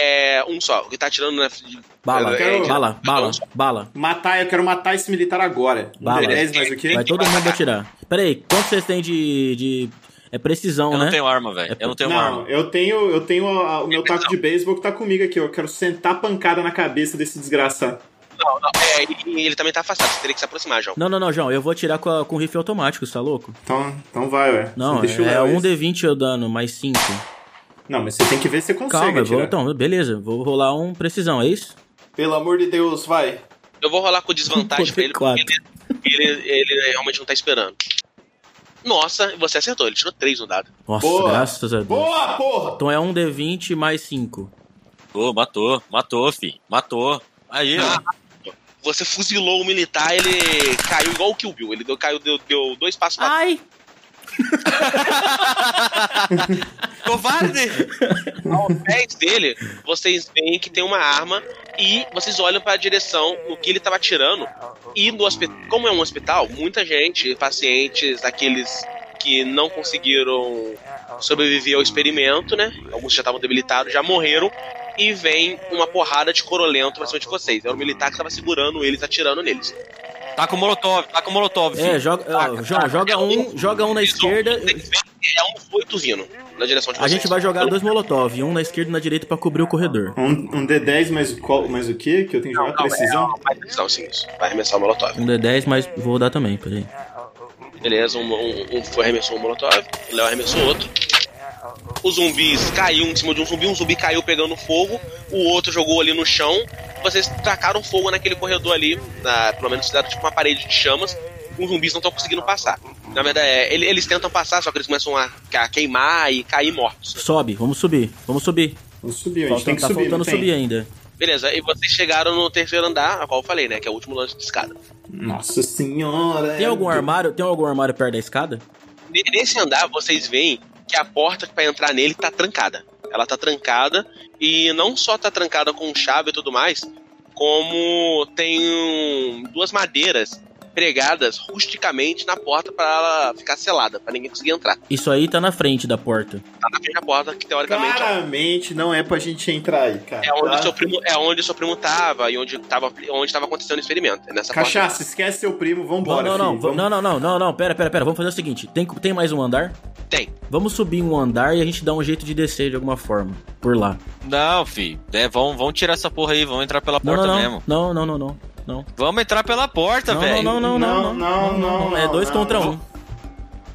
A: É um só, o que tá atirando na. de-
C: Bala,
A: é, é, de-
C: bala, bala, bala.
D: Matar, eu quero matar esse militar agora.
C: Bala.
D: Um D10 mais o quê?
C: Vai todo mundo atirar. Pera aí, quanto vocês têm de. de... É precisão,
B: Eu
C: né?
B: não tenho arma, velho. Eu não tenho uma arma.
D: Não, eu tenho, eu tenho a- o meu taco de beisebol que tá comigo aqui. Eu quero sentar a pancada na cabeça desse desgraçado.
A: Não, não, é, e ele também tá afastado, você teria que se aproximar, João.
C: Não, não, não, João, eu vou atirar com, a- com rifle automático, você tá louco?
D: Então, então vai, ué.
C: Não,
D: Você deixa o
C: é
D: Léo aí.
C: 1d20 o dano, mais 5.
D: Não, mas você tem que ver se você consegue
C: Calma, eu vou,
D: atirar.
C: então, beleza, vou rolar um precisão, é isso?
E: Pelo amor de Deus, vai.
A: Eu vou rolar com desvantagem pra ele, porque
C: Quatro.
A: ele, ele, ele realmente não tá esperando. Nossa, você acertou, ele tirou 3 no dado.
C: Nossa,
E: Boa.
C: graças a Deus.
E: Boa, porra!
C: Então é 1d20 mais 5.
B: Matou, matou, matou, fi. Matou. Aí, ó.
A: Você fuzilou o militar, ele caiu igual o Kill Bill. Ele deu, caiu, deu, deu dois passos pra
C: Ai!
B: Covarde!
A: aos pés dele. Vocês veem que tem uma arma e vocês olham pra direção no que ele tava atirando. E no hospital, como é um hospital, muita gente, pacientes, aqueles que não conseguiram sobreviver ao experimento, né? Alguns já estavam debilitados, já morreram. E vem uma porrada de corolento pra cima de vocês. Era o militar que tava segurando eles, atirando neles.
B: Tá com molotov, tá com molotov, fi.
C: É, joga, ó, João, joga um, joga um na esquerda.
A: É um foito vindo na direção de
C: A
A: vocês.
C: gente vai jogar dois molotov, um na esquerda e um na direita pra cobrir o corredor.
D: Um, um D10 mais, o qual- mais o quê? Que eu tenho que jogar precisão?
A: Vai precisar, sim, isso. Vai arremessar o molotov.
C: Um D10, mas vou dar também, peraí.
A: Beleza, um, um, um foi arremessou um molotov, o Léo arremessou outro. Os zumbis caíram em cima de um zumbi, um zumbi caiu pegando fogo, o outro jogou ali no chão. Vocês tacaram fogo naquele corredor ali, na, pelo menos fizeram tipo uma parede de chamas. Os zumbis não estão conseguindo passar. Na verdade, é, ele- eles tentam passar, só que eles começam a, a queimar e cair mortos.
C: Sobe, vamos subir, vamos subir.
D: Vamos subir, a gente
C: Falta,
D: tem que
C: tá
D: subir, não
C: faltando
D: tem?
C: subir ainda.
A: Beleza, e vocês chegaram no terceiro andar, a qual eu falei, né? Que é o último lance de escada.
D: Nossa senhora! é
C: Tem algum armário, tem algum armário perto da escada?
A: Ne- Nesse andar, vocês veem que a porta pra entrar nele tá trancada. Ela tá trancada e não só tá trancada com chave e tudo mais, como tem um- duas madeiras pregadas rusticamente na porta pra ela ficar selada, pra ninguém conseguir entrar.
C: Isso aí tá na frente da porta.
A: Tá na frente da porta que
B: um-
A: teoricamente
D: Claramente não é pra gente entrar aí, cara.
A: é onde
D: tá?
A: seu primo, é onde seu primo tava e onde tava onde tava acontecendo o experimento, é nessa porta.
D: Cachaça, esquece seu primo, vambora,
C: não,
D: filho,
C: não, não, vamos-
D: vamos-
C: não, não, não, não, não, pera, pera, pera, vamos fazer o seguinte, tem, tem mais um andar?
A: Tem.
C: Vamos subir um andar e a gente dá um jeito de descer de alguma forma, por lá.
B: Não, fi. É, vão, vão tirar essa porra aí, vão entrar pela
C: Não,
B: porta
C: não, não,
B: mesmo.
C: não, não, não, não, não.
B: Vamos entrar pela porta,
C: Não,
B: velho.
C: não, não, não, não,
D: Não, não, não,
C: É
D: não,
C: dois
D: não.
C: contra um.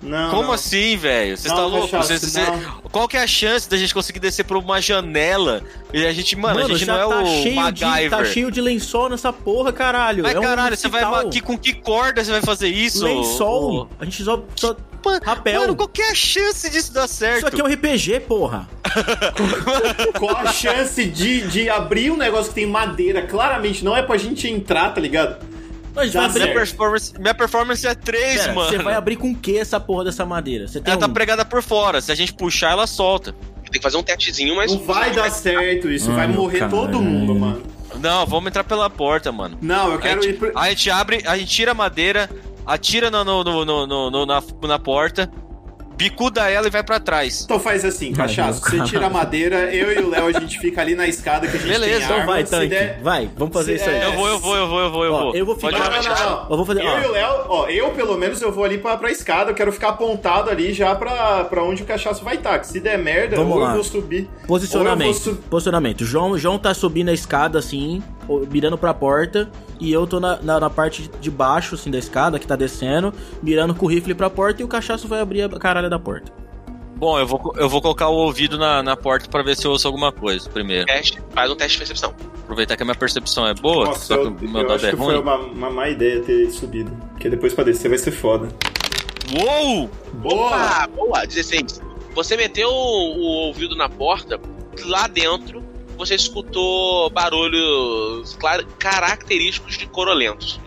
D: Não,
B: Como
D: não.
B: assim, velho? Vocês
D: Não,
B: tá louco?
D: Cachaça,
B: Vocês- vocês-
D: não.
B: Qual que é a chance da gente conseguir descer por uma janela? E a gente, mano, a gente
C: já
B: não é
C: tá
B: o
C: cheio
B: MacGyver.
C: De, tá cheio de lençol nessa porra, caralho.
B: Mas
C: é um
B: caralho, você vai
C: hospital.
B: aqui com que corda você vai fazer isso?
C: Lençol?
B: ô-
C: A gente só... só...
B: Mano,
C: Rapel.
B: Mano, qual que é a chance disso dar certo?
C: Isso aqui é um RPG, porra.
D: Qual a chance de, de abrir um negócio que tem madeira? Claramente não é pra gente entrar, tá ligado?
C: A gente
D: Dá Tá
C: vai abrir...
D: certo.
B: minha, performance, minha performance é 3,
C: Pera,
B: mano.
C: você vai abrir com o que essa porra dessa madeira? Você tem
B: Ela tá
C: um-
B: pregada por fora. Se a gente puxar, ela solta.
A: Tem que fazer um testezinho, mas
D: Não vai dar
B: assim?
D: certo isso, vai
C: Mano,
D: morrer todo
C: caralho.
D: mundo, mano.
B: Não, vamos entrar pela porta, mano.
D: Não, eu quero
B: a gente,
D: ir pro...
B: a gente abre, a gente tira a madeira, atira no, no- no- no- no- no- na, na porta, bicuda ela e vai pra trás.
D: Então faz assim, cachaço.
C: meu
D: Você tira a madeira, eu e o Léo a gente fica ali na escada que a gente
B: Beleza,
D: tem
B: então
D: arma.
C: Então vai,
D: Se
C: tanque.
D: der-
C: Vai, vamos fazer
D: Se
C: isso aí.
D: é-
B: Eu vou, eu vou, eu vou, eu vou, eu
C: Ó,
B: vou.
C: eu vou
B: Pode
C: ficar-
B: deixar.
C: Eu vou fazer-
D: Eu
C: ó.
D: e o Léo, ó, eu pelo menos eu vou ali pra, pra escada, eu quero ficar apontado ali já pra, pra onde o cachaço vai estar. que se der merda,
C: Vamos
D: ou
C: lá.
D: eu vou subir.
C: Posicionamento.
D: Ou eu vou su-
C: Posicionamento. João, João tá subindo a escada assim, ou- mirando pra porta, e eu tô na, na, na parte de baixo assim da escada que tá descendo, mirando com o rifle pra porta e o cachaço vai abrir a caralho da porta.
B: Bom, eu vou, eu vou colocar o ouvido na, na porta pra ver se eu ouço alguma coisa primeiro.
D: É.
A: teste, faz um teste de percepção.
B: Aproveitar que a minha percepção é boa,
D: Nossa,
B: só que
D: eu,
B: o meu
D: eu
B: dado
D: acho
B: é
D: que foi
B: ruim.
D: uma, uma má ideia ter subido. Porque depois pra descer vai ser foda.
B: Uou!
D: Boa!
A: Ah, boa, 16. Você meteu o, o ouvido na porta, lá dentro você escutou barulhos clar- característicos de corolentos.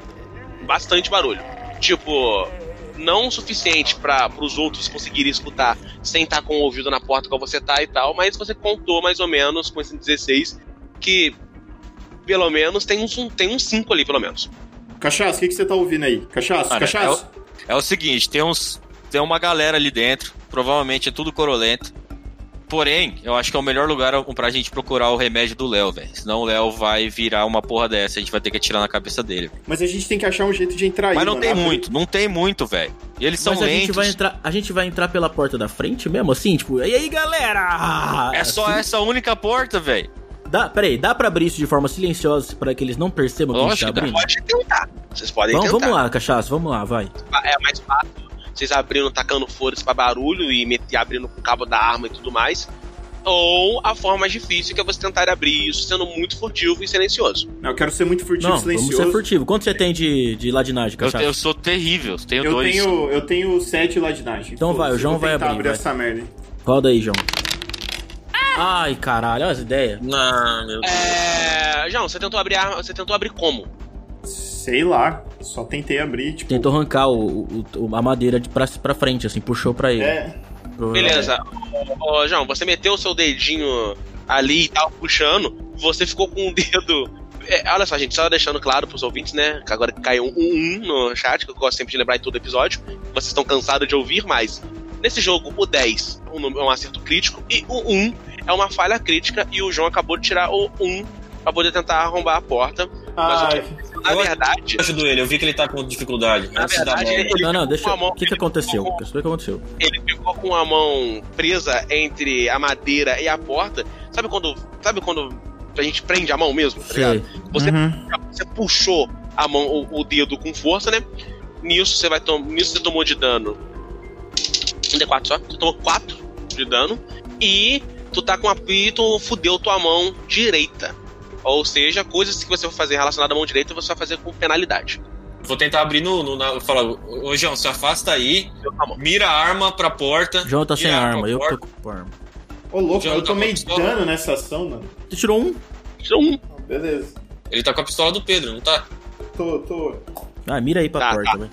A: Bastante barulho. Tipo, não o suficiente para os outros conseguirem escutar sem estar com o ouvido na porta como você tá e tal, mas você contou mais ou menos com esse 16 que pelo menos tem uns um, tem uns 5 ali, pelo menos.
D: Cachaço, o que, que você tá ouvindo aí? Cachaço,
B: Ah. Cara,
D: cachaço?
B: É o seguinte, tem uns. Tem uma galera ali dentro. Provavelmente é tudo corolento. Porém, eu acho que é o melhor lugar pra gente procurar o remédio do Léo, velho. Senão o Léo vai virar uma porra dessa, a gente vai ter que atirar na cabeça dele.
D: Mas a gente tem que achar um jeito de entrar aí.
B: Mas não
D: mano.
B: tem
D: Abre-
B: muito, não tem muito, velho. E eles são
C: Mas a
B: lentos.
C: gente, vai entrar, a gente vai entrar pela porta da frente mesmo, assim? Tipo, e aí, galera? Assim,
B: É só essa única porta, velho.
C: Dá, peraí, dá pra abrir isso de forma silenciosa pra que eles não percebam que a gente
B: Lógico
C: tá
B: que dá.
C: abrindo?
A: Pode tentar. Vocês podem
C: Vamos,
A: tentar.
C: vamos lá, cachaço, vamos lá, vai.
A: É mais fácil. Vocês abrindo, tacando foda-se pra barulho e, met- e abrindo com o cabo da arma e tudo mais. Ou a forma mais difícil que é você tentar abrir isso sendo muito furtivo e silencioso.
D: Não, eu quero ser muito furtivo
C: Não,
D: e silencioso.
C: vamos ser furtivo. Quanto você tem de, de ladinagem,
B: Eu,
C: cachaço?
B: eu sou terrível, eu tenho
D: Eu
B: dois.
D: tenho, eu tenho sete ladinagem.
C: Então vai, o João vai abrir, vai.
D: essa merda.
C: Qual daí, João? Ai, caralho, olha as ideias.
B: Ah, meu Deus.
A: É. João, você tentou abrir a arma. Você tentou abrir como?
D: Sei lá, só tentei abrir, tipo...
C: Tentou arrancar o, o- o- a madeira de pra, pra frente, assim, puxou pra ele.
D: É,
C: Pro-
A: Beleza. Ô, ô, João, você meteu o seu dedinho ali e tal, puxando. Você ficou com o dedo. É, olha só, gente, só deixando claro pros ouvintes, né? Que agora que caiu um, um, um no chat, que eu gosto sempre de lembrar em todo episódio. Vocês estão cansados de ouvir, mas. Nesse jogo, o 10 é um número- é um acerto crítico e o 1 é uma falha crítica. E o João acabou de tirar o 1 pra poder tentar arrombar a porta. Mas
D: Ai,
A: eu Na verdade.
B: ajudo ele, eu vi que ele tá com dificuldade.
A: Na verdade, ele,
C: Não, não,
A: ficou
C: deixa
A: com a
C: eu...
A: mão-
C: O que que aconteceu? Eu sei o que aconteceu.
A: ele ficou com a mão presa entre a madeira e a porta. Sabe quando, sabe quando a gente prende a mão mesmo? Tá ligado?
C: Sei.
A: Você,
C: Uhum.
A: você puxou a mão, o, o dedo com força, né? Nisso você vai tomar, nisso você tomou de dano. Um D4 só. Você tomou 4 de dano e tu tá com a e tu fudeu tua mão direita. Ou seja, coisas que você vai fazer relacionada à mão direita, você vai fazer com penalidade.
B: Vou tentar abrir no. no na, falar, ô João, se afasta aí,
A: Fudeu tua mão.
B: mira a arma pra porta.
C: João tá sem
B: E a
C: arma, eu
B: porta?
C: tô com arma.
D: ô louco,
B: João
D: eu
B: tá
D: tomei
B: com pistola.
D: dano nessa ação, mano.
C: Você tirou um?
A: Tirou um.
D: Beleza,
B: Ele tá com a pistola do Pedro, não tá?
D: tô, tô...
C: Ah, mira aí pra
A: Tá,
C: porta,
A: tá.
C: velho.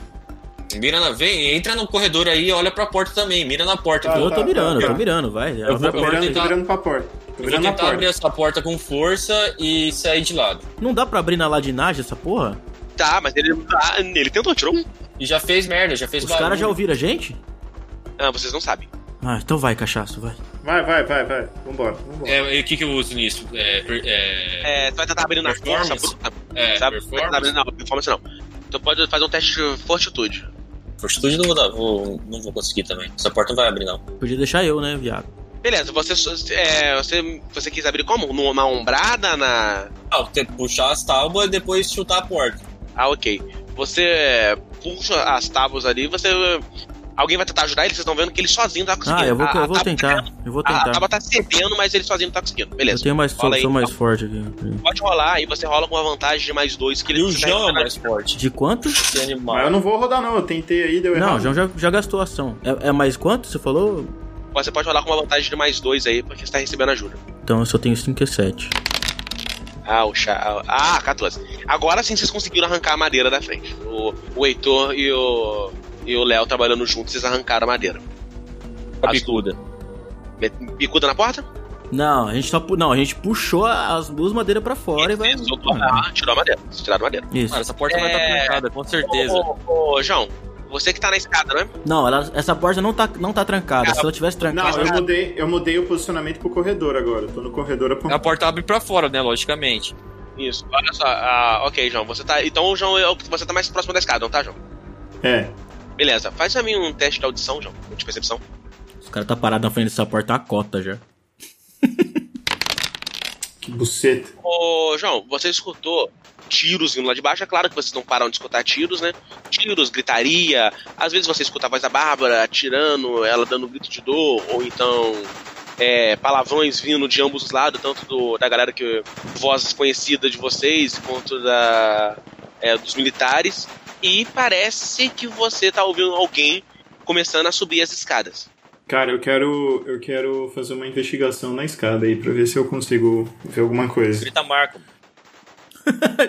B: Mira na. Vem, entra no corredor aí e olha pra porta também. Mira na porta.
D: Tá,
B: viu?
C: eu
D: tá,
C: tô mirando,
D: tá.
C: eu tô mirando, vai.
B: Eu vou-
D: Tô virando,
B: tentar-
D: tô virando pra porta. Tô
B: Eu vou
D: virando na
B: tentar abrir
D: porta.
B: essa porta com força e sair de lado.
C: Não dá pra abrir na ladinagem essa porra?
A: Tá, mas ele, ah, ele tentou, tirou um.
B: E já fez merda, já fez
C: Os
B: barulho.
C: caras já ouviram a gente?
A: Ah, vocês não sabem.
C: Ah, então vai, cachaço, vai.
D: Vai, vai, vai, vai. Vambora, vambora.
B: É, e o que, que eu uso nisso? É, per- é,
A: É, tu vai tentar abrir na força
B: Performance?
A: bruta.
B: é,
A: sabe? Vai tentar abrir
B: performance.
A: na performance não. Então pode fazer um teste de fortitude.
B: Fortitude não vou dar, vou- não vou conseguir também. Essa porta não vai abrir, não.
C: Podia deixar eu, né, viado?
A: Beleza, você, é, você, você quis abrir como? Numa ombrada? Na.
B: Ah, tem que puxar as tábuas e depois chutar a porta.
A: Ah, ok. Você puxa as tábuas ali, você. Alguém vai tentar ajudar ele, vocês estão vendo que ele sozinho tá conseguindo.
C: Ah, eu vou,
A: a,
C: eu vou
A: a tábua-
C: tentar, eu vou
A: A, a
C: tentar.
A: tábua tá cedendo, mas ele sozinho não tá conseguindo.
C: Eu
A: Beleza.
C: tenho mais, sou,
A: Fala aí,
C: sou mais
A: tá.
C: forte aqui.
A: Pode rolar e você rola com uma vantagem de mais dois que ele
B: E o
A: tá
B: João é
A: encarando.
B: mais forte.
C: De quanto?
B: Esse
D: Mas eu
B: animal.
D: não vou rodar não, eu tentei aí, deu
C: Não,
D: errado.
C: o João já, já gastou a ação. É, é mais quanto? Você falou?
A: Você pode rolar com uma vantagem de mais dois aí, porque você tá recebendo ajuda.
C: Então eu só tenho 5 e 7.
A: Ah, o chá. Ah, 14. Agora sim vocês conseguiram arrancar a madeira da frente. O, o Heitor e o. E o Léo trabalhando juntos, vocês arrancaram a madeira.
B: A bicuda.
A: Met- Bicuda na porta?
C: Não, a gente só pu- não, a gente puxou a- as duas madeiras pra fora e vai.
A: Vocês soltaram- ah, tirou a madeira. Vocês tiraram a madeira.
C: Isso.
B: Cara, essa porta vai estar
A: É.
B: trancada, com certeza.
A: Ô, ô, ô, João, você que tá na escada, não é?
C: Não, ela- essa porta não tá, não tá trancada.
A: Cara,
C: Se ela tivesse trancada,
B: Tá.
D: Não, eu mudei, eu mudei o posicionamento pro corredor agora. Eu tô no corredor
B: A
D: apontando.
B: porta abre pra fora, né? Logicamente.
A: Isso. Olha só. Ah, ok, João. Você tá. Então, João, é o que- você tá mais próximo da escada, não tá, João?
D: É.
A: Beleza. Faz pra mim um teste de audição, João. De percepção.
C: os caras tá parado na frente dessa porta a cota já.
D: Que buceta.
A: Ô, João, você escutou tiros vindo lá de baixo? É claro que vocês não param de escutar tiros, né? Tiros, gritaria. Às vezes você escuta a voz da Bárbara atirando, ela dando um grito de dor, ou então é, palavrões vindo de ambos os lados, tanto do- da galera que. voz conhecida de vocês, quanto da, é, dos militares. E parece que você tá ouvindo alguém começando a subir as escadas.
D: Cara, eu quero, eu quero fazer uma investigação na escada aí pra ver se eu consigo ver alguma coisa.
B: Grita Marco.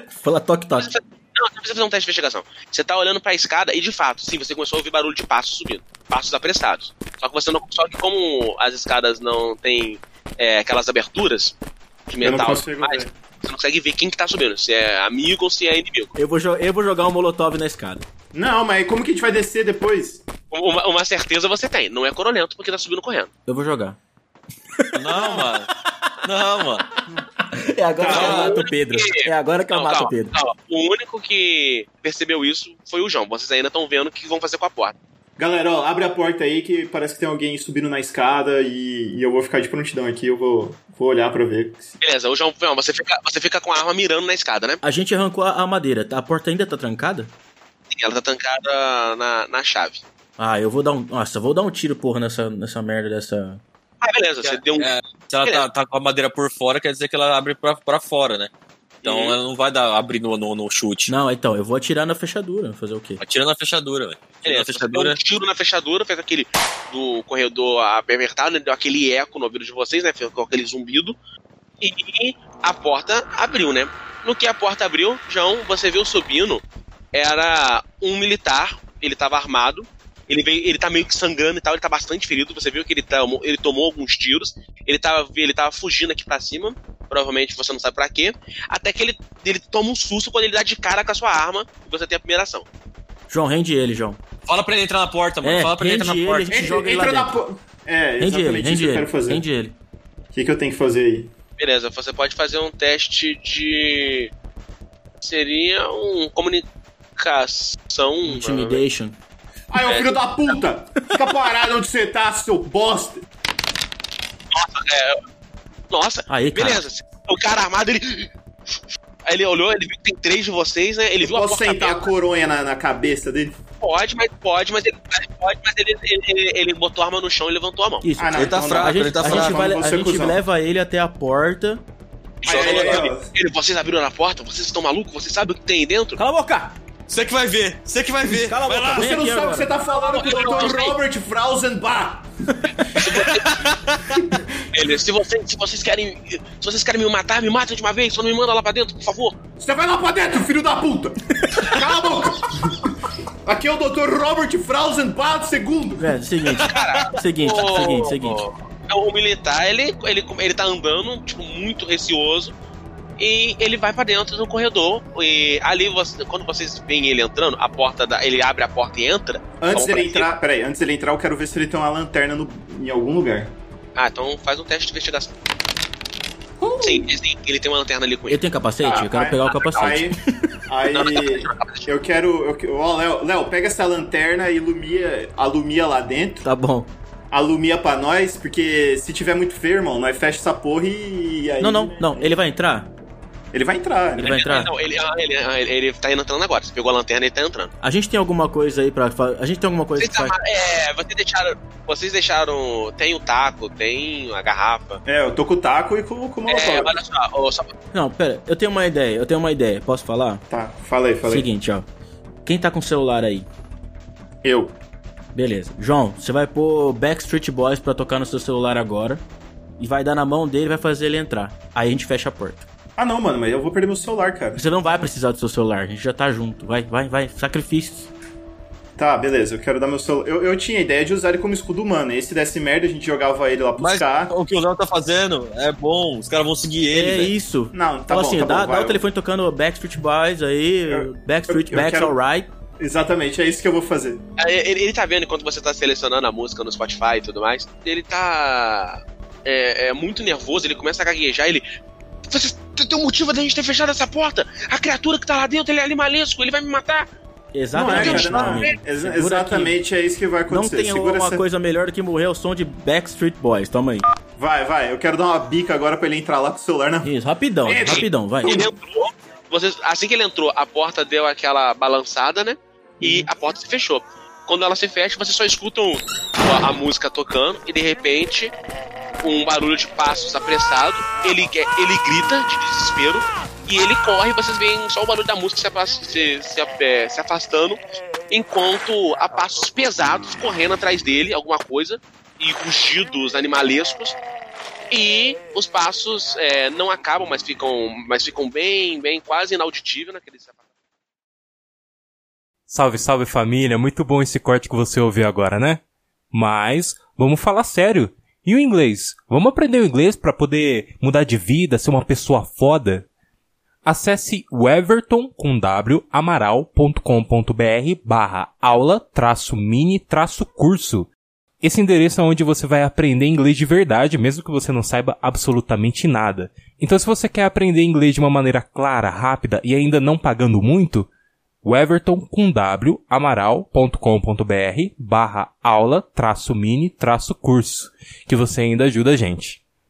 C: Fala toque toque.
A: Não, você precisa fazer um teste de investigação. Você tá olhando pra escada e, de fato, sim, você começou a ouvir barulho de passos subindo. Passos apressados. Só que você não. Só que como as escadas não tem é, aquelas aberturas de
D: Eu não
A: metal, e tudo
D: consigo
A: mais,
D: ver.
A: você não consegue ver quem que tá subindo, se é amigo ou se é inimigo.
C: Eu vou, jo- eu vou jogar um molotov na escada.
D: Não, mas como que a gente vai descer depois?
A: Uma, uma certeza você tem, não é corolento porque tá subindo correndo.
C: Eu vou jogar.
B: Não, mano. Não, mano.
C: É agora que eu
A: Calma.
C: mato o Pedro. É agora
D: Tá
C: que eu
A: Não,
C: mato o
A: calma,
C: Pedro.
A: calma. O único que percebeu isso foi o João. Vocês ainda estão vendo o que vão fazer com a porta.
D: Galera, ó, abre a porta aí que parece que tem alguém subindo na escada e, e eu vou ficar de prontidão aqui, eu vou, vou olhar pra ver.
A: Beleza, o João, João, você fica, você fica com a arma mirando na escada, né?
C: A gente arrancou a a madeira, tá? A porta ainda tá trancada?
A: E Ela tá tancada na, na chave.
C: Ah, eu vou dar um. Nossa, eu vou dar um tiro, porra, nessa, nessa merda dessa.
A: Ah, beleza, você deu um.
B: É, se ela tá, tá com a madeira por fora, quer dizer que ela abre pra, pra fora, né? Então
A: Uhum.
B: ela não vai dar, abrir no, no, no chute.
C: Não, então, eu vou atirar na fechadura. Fazer o quê?
B: Atira na fechadura, velho. Atira na
A: Beleza, você deu um
B: fechadura.
A: tiro na fechadura, fez aquele do corredor apertado, deu aquele eco no ouvido de vocês, né? Ficou aquele zumbido. E a porta abriu, né? No que a porta abriu, João, você viu subindo, era um militar, ele tava armado, ele veio, ele tá meio que sangrando e tal, ele tá bastante ferido, você viu que ele tomou, ele tomou alguns tiros, ele tava, ele tava fugindo aqui pra cima, provavelmente você não sabe pra quê, até que ele, ele toma um susto quando ele dá de cara com a sua arma e você tem a primeira ação.
C: João, rende ele, João.
B: Fala pra ele entrar na porta, mano.
C: É,
B: Fala pra ele entrar
C: rende
B: na
C: ele,
B: porta.
C: gente joga ele lá dentro.
D: po- É,
C: Rende ele,
D: exatamente isso
C: rende
D: que eu
C: ele.
D: quero fazer.
C: Rende ele.
D: O que, que eu tenho que fazer aí?
A: Beleza, você pode fazer um teste de. Seria um. Comunicação. mano.
C: Intimidation.
D: Aí, ô Ah, é filho da puta! Fica parado onde você tá, seu bosta!
A: Nossa,
C: Aí, cara.
A: beleza. O cara armado, ele. Aí ele olhou, ele viu que tem três de vocês, né? Ele viu a
D: Posso
A: porta
D: sentar a
A: aberta.
D: coronha na, na cabeça dele?
A: Pode, mas pode, mas ele. Pode, mas ele, ele, ele- ele botou a arma no chão e levantou a mão.
C: Isso.
D: Ah, não,
C: a
D: então
C: gente-
D: não.
C: a gente,
D: ele tá
C: a
D: fraco,
C: gente vai-
D: não vou
C: a
D: ser
C: gente
D: cuzão.
C: leva ele até a porta.
D: Aí,
A: Joga
D: aí,
A: no-
D: aí, ó.
A: ele, vocês abriram a porta, vocês estão malucos, vocês sabem o que tem aí dentro?
C: Cala a boca!
B: Você que vai ver, você que vai ver.
C: Cala a
B: vai
C: boca.
B: lá.
C: Vem
D: Ah, Você não
C: aqui
D: sabe o
C: agora.
D: que você tá falando com o
A: Eu não
D: Dr.
A: sei.
D: Robert Frausenbach!
A: Ele, se vocês, se vocês querem. Se vocês querem me matar, me matem de uma vez, só não me manda lá pra dentro, por favor.
D: Você vai lá pra dentro, filho da puta! Cala a boca! Aqui é o Dr. Robert Frausenbach II!
C: É, seguinte. seguinte, tá, seguinte, seguinte.
A: Então, o militar, ele, ele, ele tá andando, tipo, muito receoso. E ele vai pra dentro do corredor. E ali, você- quando vocês veem ele entrando, a porta da, ele abre a porta e entra.
D: Antes
A: Vamos pra
D: dele entrar, peraí, antes dele entrar, eu quero ver se ele tem uma lanterna no- em algum lugar.
A: cima. Ah, então faz um teste de investigação. Sim, ele tem, ele tem uma lanterna ali com
C: Eu
A: ele.
C: tenho capacete? Eu quero pegar o capacete.
D: Aí. Aí. Eu quero. eu que- Ó, Léo, Léo, pega essa lanterna e ilumia, alumia lá dentro.
C: Tá bom.
D: Alumia pra nós, porque se tiver muito feio, irmão, nós fecha essa porra e. e aí,
C: Não, não, não. Ele vai entrar?
D: Ele vai entrar.
C: Ele
D: Né?
C: vai entrar?
A: Não, ele, ah, ele, ah, ele, ele tá entrando agora. Você pegou a lanterna e ele tá entrando.
C: A gente tem alguma coisa aí pra. fa- A gente tem alguma coisa
A: Vocês,
C: que faz.
A: ama- é, vocês deixaram. Vocês deixaram. Tem o taco, tem a garrafa.
D: É, eu tô com o taco e com, com o molotov.
A: É, olha só, ó, só
C: Não, pera, eu tenho uma ideia, eu tenho uma ideia. Posso falar?
D: Tá, fala aí, fala aí.
C: Seguinte, ó. Quem tá com o celular aí?
D: Eu.
C: Beleza. João, você vai pôr Backstreet Boys pra tocar no seu celular agora. E vai dar na mão dele e vai fazer ele entrar. Aí a gente fecha a porta.
D: Ah, não, mano, mas eu vou perder meu celular, cara.
C: Você não vai precisar do seu celular, a gente já tá junto. Vai, vai, vai. Sacrifícios.
D: Tá, beleza, eu quero dar meu celular. Eu, eu tinha a ideia de usar ele como escudo humano. E se desse merda, a gente jogava ele lá pros
B: Mas
D: caras.
B: o que o Léo tá fazendo é bom, os caras vão seguir ele,
C: é
B: velho.
C: isso.
D: Não, tá
C: Fala
D: bom,
C: assim,
D: tá
C: dá,
D: bom,
C: dá
D: vai.
C: o telefone tocando Backstreet Boys aí.
D: Eu-
C: Backstreet
D: eu- eu
C: Backs
D: quero-
C: Alright.
D: Exatamente, é isso que eu vou fazer.
A: Aí, Ele, ele tá vendo enquanto você tá selecionando a música no Spotify e tudo mais. Ele tá. É, é muito nervoso, ele começa a gaguejar, ele. Você tem um motivo da gente ter fechado essa porta? A criatura que tá lá dentro, ele é animalesco, ele vai me matar.
D: Não,
C: Exatamente.
D: é, cara, não,
C: amigo.
D: é, exa-
C: Segura aqui.
D: exatamente é isso que vai
C: Não
D: acontecer.
C: tem
D: Segura
C: alguma
D: essa...
C: coisa melhor do que morrer ao som de Backstreet Boys. Toma aí.
D: Vai, vai, eu quero dar uma bica agora pra ele entrar lá com o celular na.
C: Isso, rapidão,
A: Ei,
C: rapidão, vai.
A: Ele entrou. Vocês, assim que ele entrou, a porta deu aquela balançada, né? E a porta se fechou. Quando ela se fecha, vocês só escutam a, a música tocando e de repente um barulho de passos apressado. Ele, que- ele grita de desespero e ele corre. Vocês veem só o barulho da música se, apa- se- se a- é, se afastando, enquanto há passos pesados correndo atrás dele, alguma coisa, e rugidos animalescos. E os passos é, não acabam, mas ficam, mas ficam bem, bem quase inauditível naquele
G: Salve, salve família, muito bom esse corte que você ouviu agora, né? Mas vamos falar sério. E o inglês? Vamos aprender o inglês para poder mudar de vida, ser uma pessoa foda? Acesse o everton com w amaral.com.br barra aula traço mini traço curso. Esse endereço é onde você vai aprender inglês de verdade, mesmo que você não saiba absolutamente nada. Então, se você quer aprender inglês de uma maneira clara, rápida e ainda não pagando muito, o Everton com W amaral.com.br barra aula traço mini traço curso, que você ainda ajuda a gente.